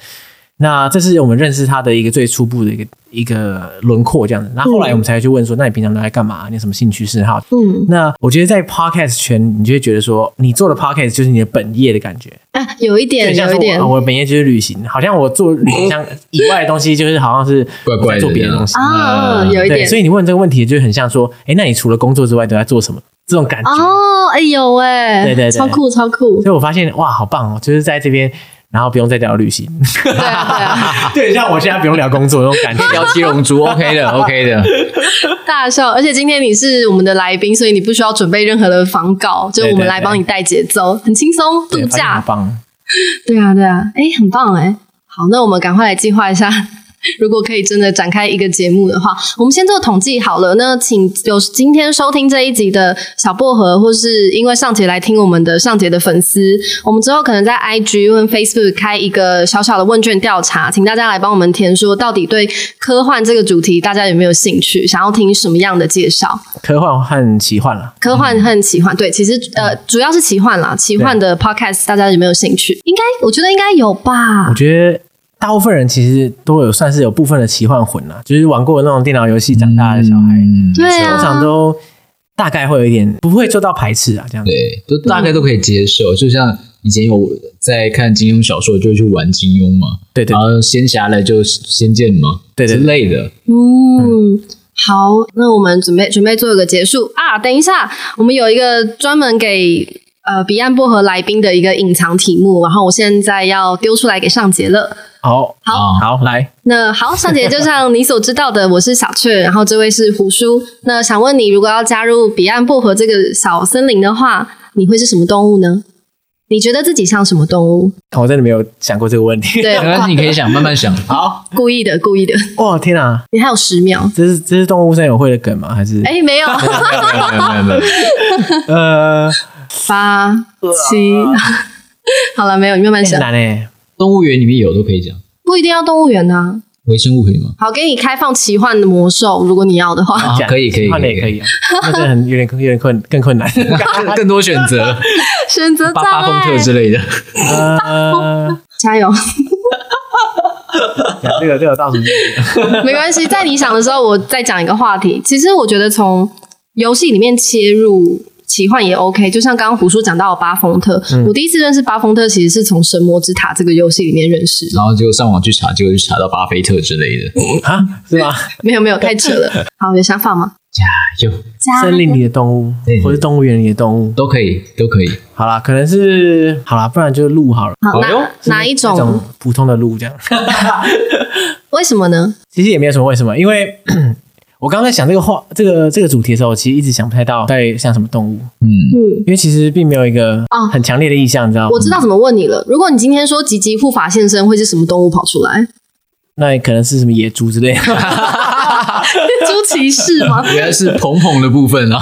[SPEAKER 3] 那这是我们认识他的一个最初步的一个一个轮廓这样子。那后来我们才去问说，那你平常都在干嘛？你有什么兴趣嗜好？
[SPEAKER 2] 嗯，
[SPEAKER 3] 那我觉得在 podcast 圈，你就会觉得说，你做的 podcast 就是你的本业的感觉。
[SPEAKER 2] 啊，有一
[SPEAKER 3] 就
[SPEAKER 2] 点，
[SPEAKER 3] 像
[SPEAKER 2] 有
[SPEAKER 3] 是
[SPEAKER 2] 一点
[SPEAKER 3] 我，我本业就是旅行，好像我做旅行像以外的东西，就是好像是
[SPEAKER 1] 怪怪的
[SPEAKER 3] 在做别的东西。
[SPEAKER 2] 啊，有一
[SPEAKER 3] 嗯对，
[SPEAKER 2] 点
[SPEAKER 3] 所。以你问这个问题就很像说，哎，那你除了工作之外都在做什么？这种感觉。
[SPEAKER 2] 哦，哎有哎，
[SPEAKER 3] 对对对
[SPEAKER 2] 超酷超酷
[SPEAKER 3] 所以，我发现哇，好棒哦！就是在这边，然后不用再聊旅行，
[SPEAKER 2] 对啊对啊，
[SPEAKER 3] 对，像我现在不用聊工作那种感觉。
[SPEAKER 1] 聊七龙珠，OK 的，OK 的，
[SPEAKER 2] 大笑。而且今天你是我们的来宾，所以你不需要准备任何的访稿，就
[SPEAKER 3] 对
[SPEAKER 2] 我们
[SPEAKER 3] 对
[SPEAKER 2] 来
[SPEAKER 3] 对
[SPEAKER 2] 帮你带节奏，很轻松
[SPEAKER 3] 对
[SPEAKER 2] 度
[SPEAKER 3] 发现
[SPEAKER 2] 假
[SPEAKER 3] 很。棒。
[SPEAKER 2] 对啊，对啊，哎，很棒哎。好，那我们赶快来计划一下，如果可以真的展开一个节目的话，我们先做统计好了。那请有今天收听这一集的小薄荷，或是因为上节来听我们的上节的粉丝，我们之后可能在 IG 跟 Facebook 开一个小小的问卷调查，请大家来帮我们填，说到底对科幻这个主题大家有没有兴趣，想要听什么样的介绍？
[SPEAKER 3] 科幻和奇幻了，
[SPEAKER 2] 科幻和奇幻，对，其实呃主要是奇幻啦，奇幻的 podcast 大家有没有兴趣？应该我觉得应该有吧
[SPEAKER 3] 我。觉得大部分人其实都有算是有部分的奇幻魂啦，就是玩过那种电脑游戏长大的小孩，
[SPEAKER 1] 嗯
[SPEAKER 2] 对啊，
[SPEAKER 3] 通常都大概会有一点不会做到排斥啊，这样子。
[SPEAKER 1] 对，都大概都可以接受。就像以前有在看金庸小说，就会去玩金庸嘛，
[SPEAKER 3] 对对
[SPEAKER 1] 然后仙侠了就仙剑嘛，
[SPEAKER 3] 对对
[SPEAKER 1] 之
[SPEAKER 3] 对
[SPEAKER 1] 类的。
[SPEAKER 2] 嗯，好，那我们准备准备做一个结束啊！等一下，我们有一个专门给呃彼岸薄荷来宾的一个隐藏题目，然后我现在要丢出来给尚杰了。
[SPEAKER 3] 好，
[SPEAKER 2] 好
[SPEAKER 3] 好，来，
[SPEAKER 2] 那好，尚杰，就像你所知道的，我是小雀，然后这位是胡叔。那想问你，如果要加入彼岸薄荷这个小森林的话，你会是什么动物呢？你觉得自己像什么动物？
[SPEAKER 3] 我真的没有想过这个问题。
[SPEAKER 2] 对
[SPEAKER 1] 没，关系，你可以想，慢慢想。
[SPEAKER 3] 好，
[SPEAKER 2] 故意的，故意的。
[SPEAKER 3] 哇，天啊，
[SPEAKER 2] 你还有十秒。
[SPEAKER 3] 这是这是动物森友会的梗吗？还是
[SPEAKER 2] 哎，没
[SPEAKER 1] 没有
[SPEAKER 2] 有，
[SPEAKER 1] 没有没有没有，
[SPEAKER 3] 呃，
[SPEAKER 2] 八七， 好了，没有，你慢慢
[SPEAKER 3] 很
[SPEAKER 2] 想，
[SPEAKER 3] 难哎，
[SPEAKER 1] 动物园里面有都可以讲，
[SPEAKER 2] 不一定要动物园啊。
[SPEAKER 1] 微生物可以 吗？
[SPEAKER 2] 好，给你开放奇幻的魔兽，如果你要的话。
[SPEAKER 1] 啊，可以可以，
[SPEAKER 3] 换的也可，以啊， 那真的很有点有点困 更困难。
[SPEAKER 1] 更更多选择，
[SPEAKER 2] 选择
[SPEAKER 1] 八
[SPEAKER 2] 障
[SPEAKER 1] 八风特
[SPEAKER 2] 碍，
[SPEAKER 1] 之类的。
[SPEAKER 3] 呃，
[SPEAKER 2] 加油，
[SPEAKER 3] 这个这个倒是
[SPEAKER 2] 没关系。在你想的时候，我再讲一个话题。其实我觉得从游戏里面切入奇幻也 OK，就像刚刚胡叔讲到的巴丰特，我第一次认识巴丰特其实是从《神魔之塔》这个游戏里面认识的。
[SPEAKER 1] 然后就上网去查，结果就查到巴菲特之类的。
[SPEAKER 3] 啊，是吗？
[SPEAKER 2] 没有没有，太扯了。好，有想法吗？
[SPEAKER 1] 哎呦，
[SPEAKER 2] 加
[SPEAKER 3] 森林里的动物
[SPEAKER 1] 对，
[SPEAKER 3] 或是动物园里的动物。
[SPEAKER 1] 都可以，都可以。
[SPEAKER 3] 好啦，可能是好啦，不然就鹿好了，
[SPEAKER 2] 好，
[SPEAKER 1] 哎呦
[SPEAKER 2] 哪哪一
[SPEAKER 3] 那种
[SPEAKER 2] 种？
[SPEAKER 3] 普通的鹿这样。
[SPEAKER 2] 为什么呢？
[SPEAKER 3] 其实也没有什么为什么，因为 我刚刚在想这个话、这个这个主题的时候，我其实一直想不太到到底像什么动物，
[SPEAKER 1] 嗯，
[SPEAKER 2] 嗯，
[SPEAKER 3] 因为其实并没有一个
[SPEAKER 2] 哦
[SPEAKER 3] 很强烈的意象，你知道吗？
[SPEAKER 2] 我知道怎么问你了。如果你今天说吉吉护法现身，会是什么动物跑出来？
[SPEAKER 3] 那可能是什么野猪之类的。
[SPEAKER 2] 猪骑士 吗？
[SPEAKER 1] 原来是鹏鹏的部分啊。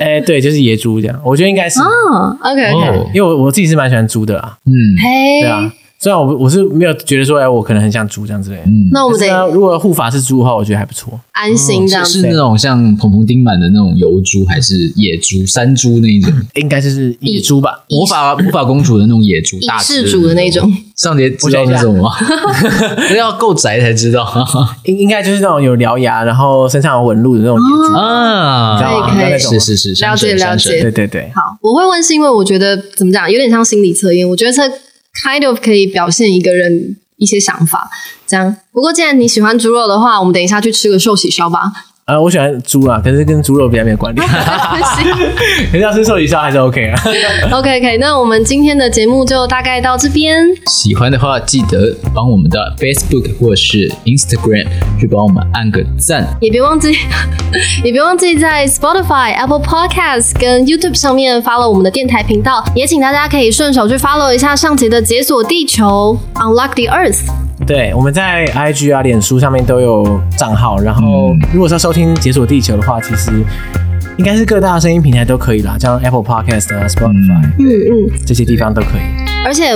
[SPEAKER 3] 哎、对，就是野猪这样，我觉得应该是，
[SPEAKER 2] 啊，OK OK，
[SPEAKER 1] 哦
[SPEAKER 3] 因为我我自己是蛮喜欢猪的啦，
[SPEAKER 1] 嗯
[SPEAKER 2] 嘿
[SPEAKER 3] 对，啊。虽然我我是没有觉得说，哎、我可能很像猪这样之类的。
[SPEAKER 1] 嗯，
[SPEAKER 2] 那我们
[SPEAKER 3] 但是呢，
[SPEAKER 2] 得
[SPEAKER 3] 如果护法是猪的话，我觉得还不错。
[SPEAKER 2] 安心这样
[SPEAKER 1] 嗯是
[SPEAKER 2] 子。
[SPEAKER 1] 那种像鹏鹏丁满的那种油猪，还是野猪、山猪那一种？
[SPEAKER 3] 应该就是野猪吧？
[SPEAKER 1] 魔法魔法公主的那种野猪，
[SPEAKER 2] 仪
[SPEAKER 1] 大
[SPEAKER 2] 式
[SPEAKER 1] 只
[SPEAKER 2] 主的那种。
[SPEAKER 1] 上节知道是什么吗？ 要够宅才知道
[SPEAKER 3] 应应该就是那种有獠牙，然后身上有纹路的那种野猪。
[SPEAKER 1] 啊！
[SPEAKER 3] 可以可以
[SPEAKER 1] 是是是，山神
[SPEAKER 2] 了解了
[SPEAKER 1] 山神
[SPEAKER 2] 解
[SPEAKER 3] 对对对，
[SPEAKER 2] 好，我会问是因为我觉得怎么讲，有点像心理测验。我觉得这 kind of 可以表现一个人一些想法。这样，不过既然你喜欢猪肉的话，我们等一下去吃个寿喜烧吧。
[SPEAKER 3] 呃，我喜欢猪啊，可是跟猪肉比较没有关联。可是要吃寿喜烧还是 OK 啊。
[SPEAKER 2] OK OK，那我们今天的节目就大概到这边。
[SPEAKER 1] 喜欢的话，记得帮我们的 Facebook 或是 Instagram 去帮我们按个赞。
[SPEAKER 2] 也别忘记， 也别忘记在 Spotify、Apple Podcast 跟 YouTube 上面 follow 我们的电台频道，也请大家可以顺手去 follow 一下上集的《解锁地球》（Unlock the Earth）。
[SPEAKER 3] 对，我们在 IG 啊、脸书上面都有账号，然后
[SPEAKER 1] 嗯
[SPEAKER 3] 如果说收听《解锁地球》的话，其实应该是各大声音平台都可以啦，像 Apple Podcast 啊、Spotify
[SPEAKER 2] 嗯嗯，
[SPEAKER 3] 这些地方都可以。
[SPEAKER 2] 而且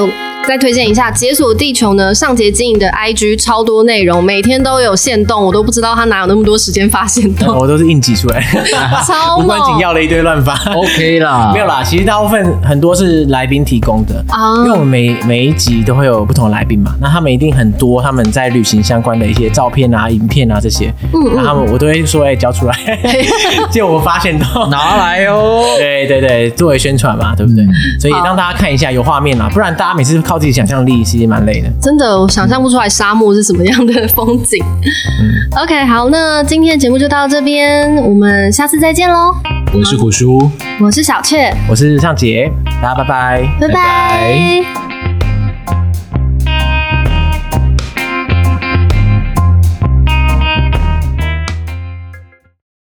[SPEAKER 2] 再推荐一下《解锁地球》呢，上节经营的 IG 超多内容，每天都有限动，我都不知道他哪有那么多时间发现动，
[SPEAKER 3] 我都是硬挤出来，
[SPEAKER 2] 超
[SPEAKER 3] 无关紧
[SPEAKER 2] 猛
[SPEAKER 3] 要的一堆乱发。
[SPEAKER 1] OK 啦，
[SPEAKER 3] 没有啦，其实大部分很多是来宾提供的，
[SPEAKER 2] 啊
[SPEAKER 3] 因为我们每每一集都会有不同的来宾嘛，那他们一定很多他们在旅行相关的一些照片啊、影片啊这些，嗯，然后他们我都会说哎、交出来，就我发现到。
[SPEAKER 1] 拿来哦。
[SPEAKER 3] 对对对，作为宣传嘛，
[SPEAKER 2] 嗯
[SPEAKER 3] 对不对？所以让大家看一下有画面啦，不然大家每次靠自己想象力其实蛮累的。
[SPEAKER 2] 真的，我想象不出来沙漠是什么样的风景。OK，好，那今天的节目就到这边，我们下次再见喽。
[SPEAKER 1] 我是古叔。
[SPEAKER 2] 我是小雀，
[SPEAKER 3] 我是尚杰，大家拜拜
[SPEAKER 2] 拜拜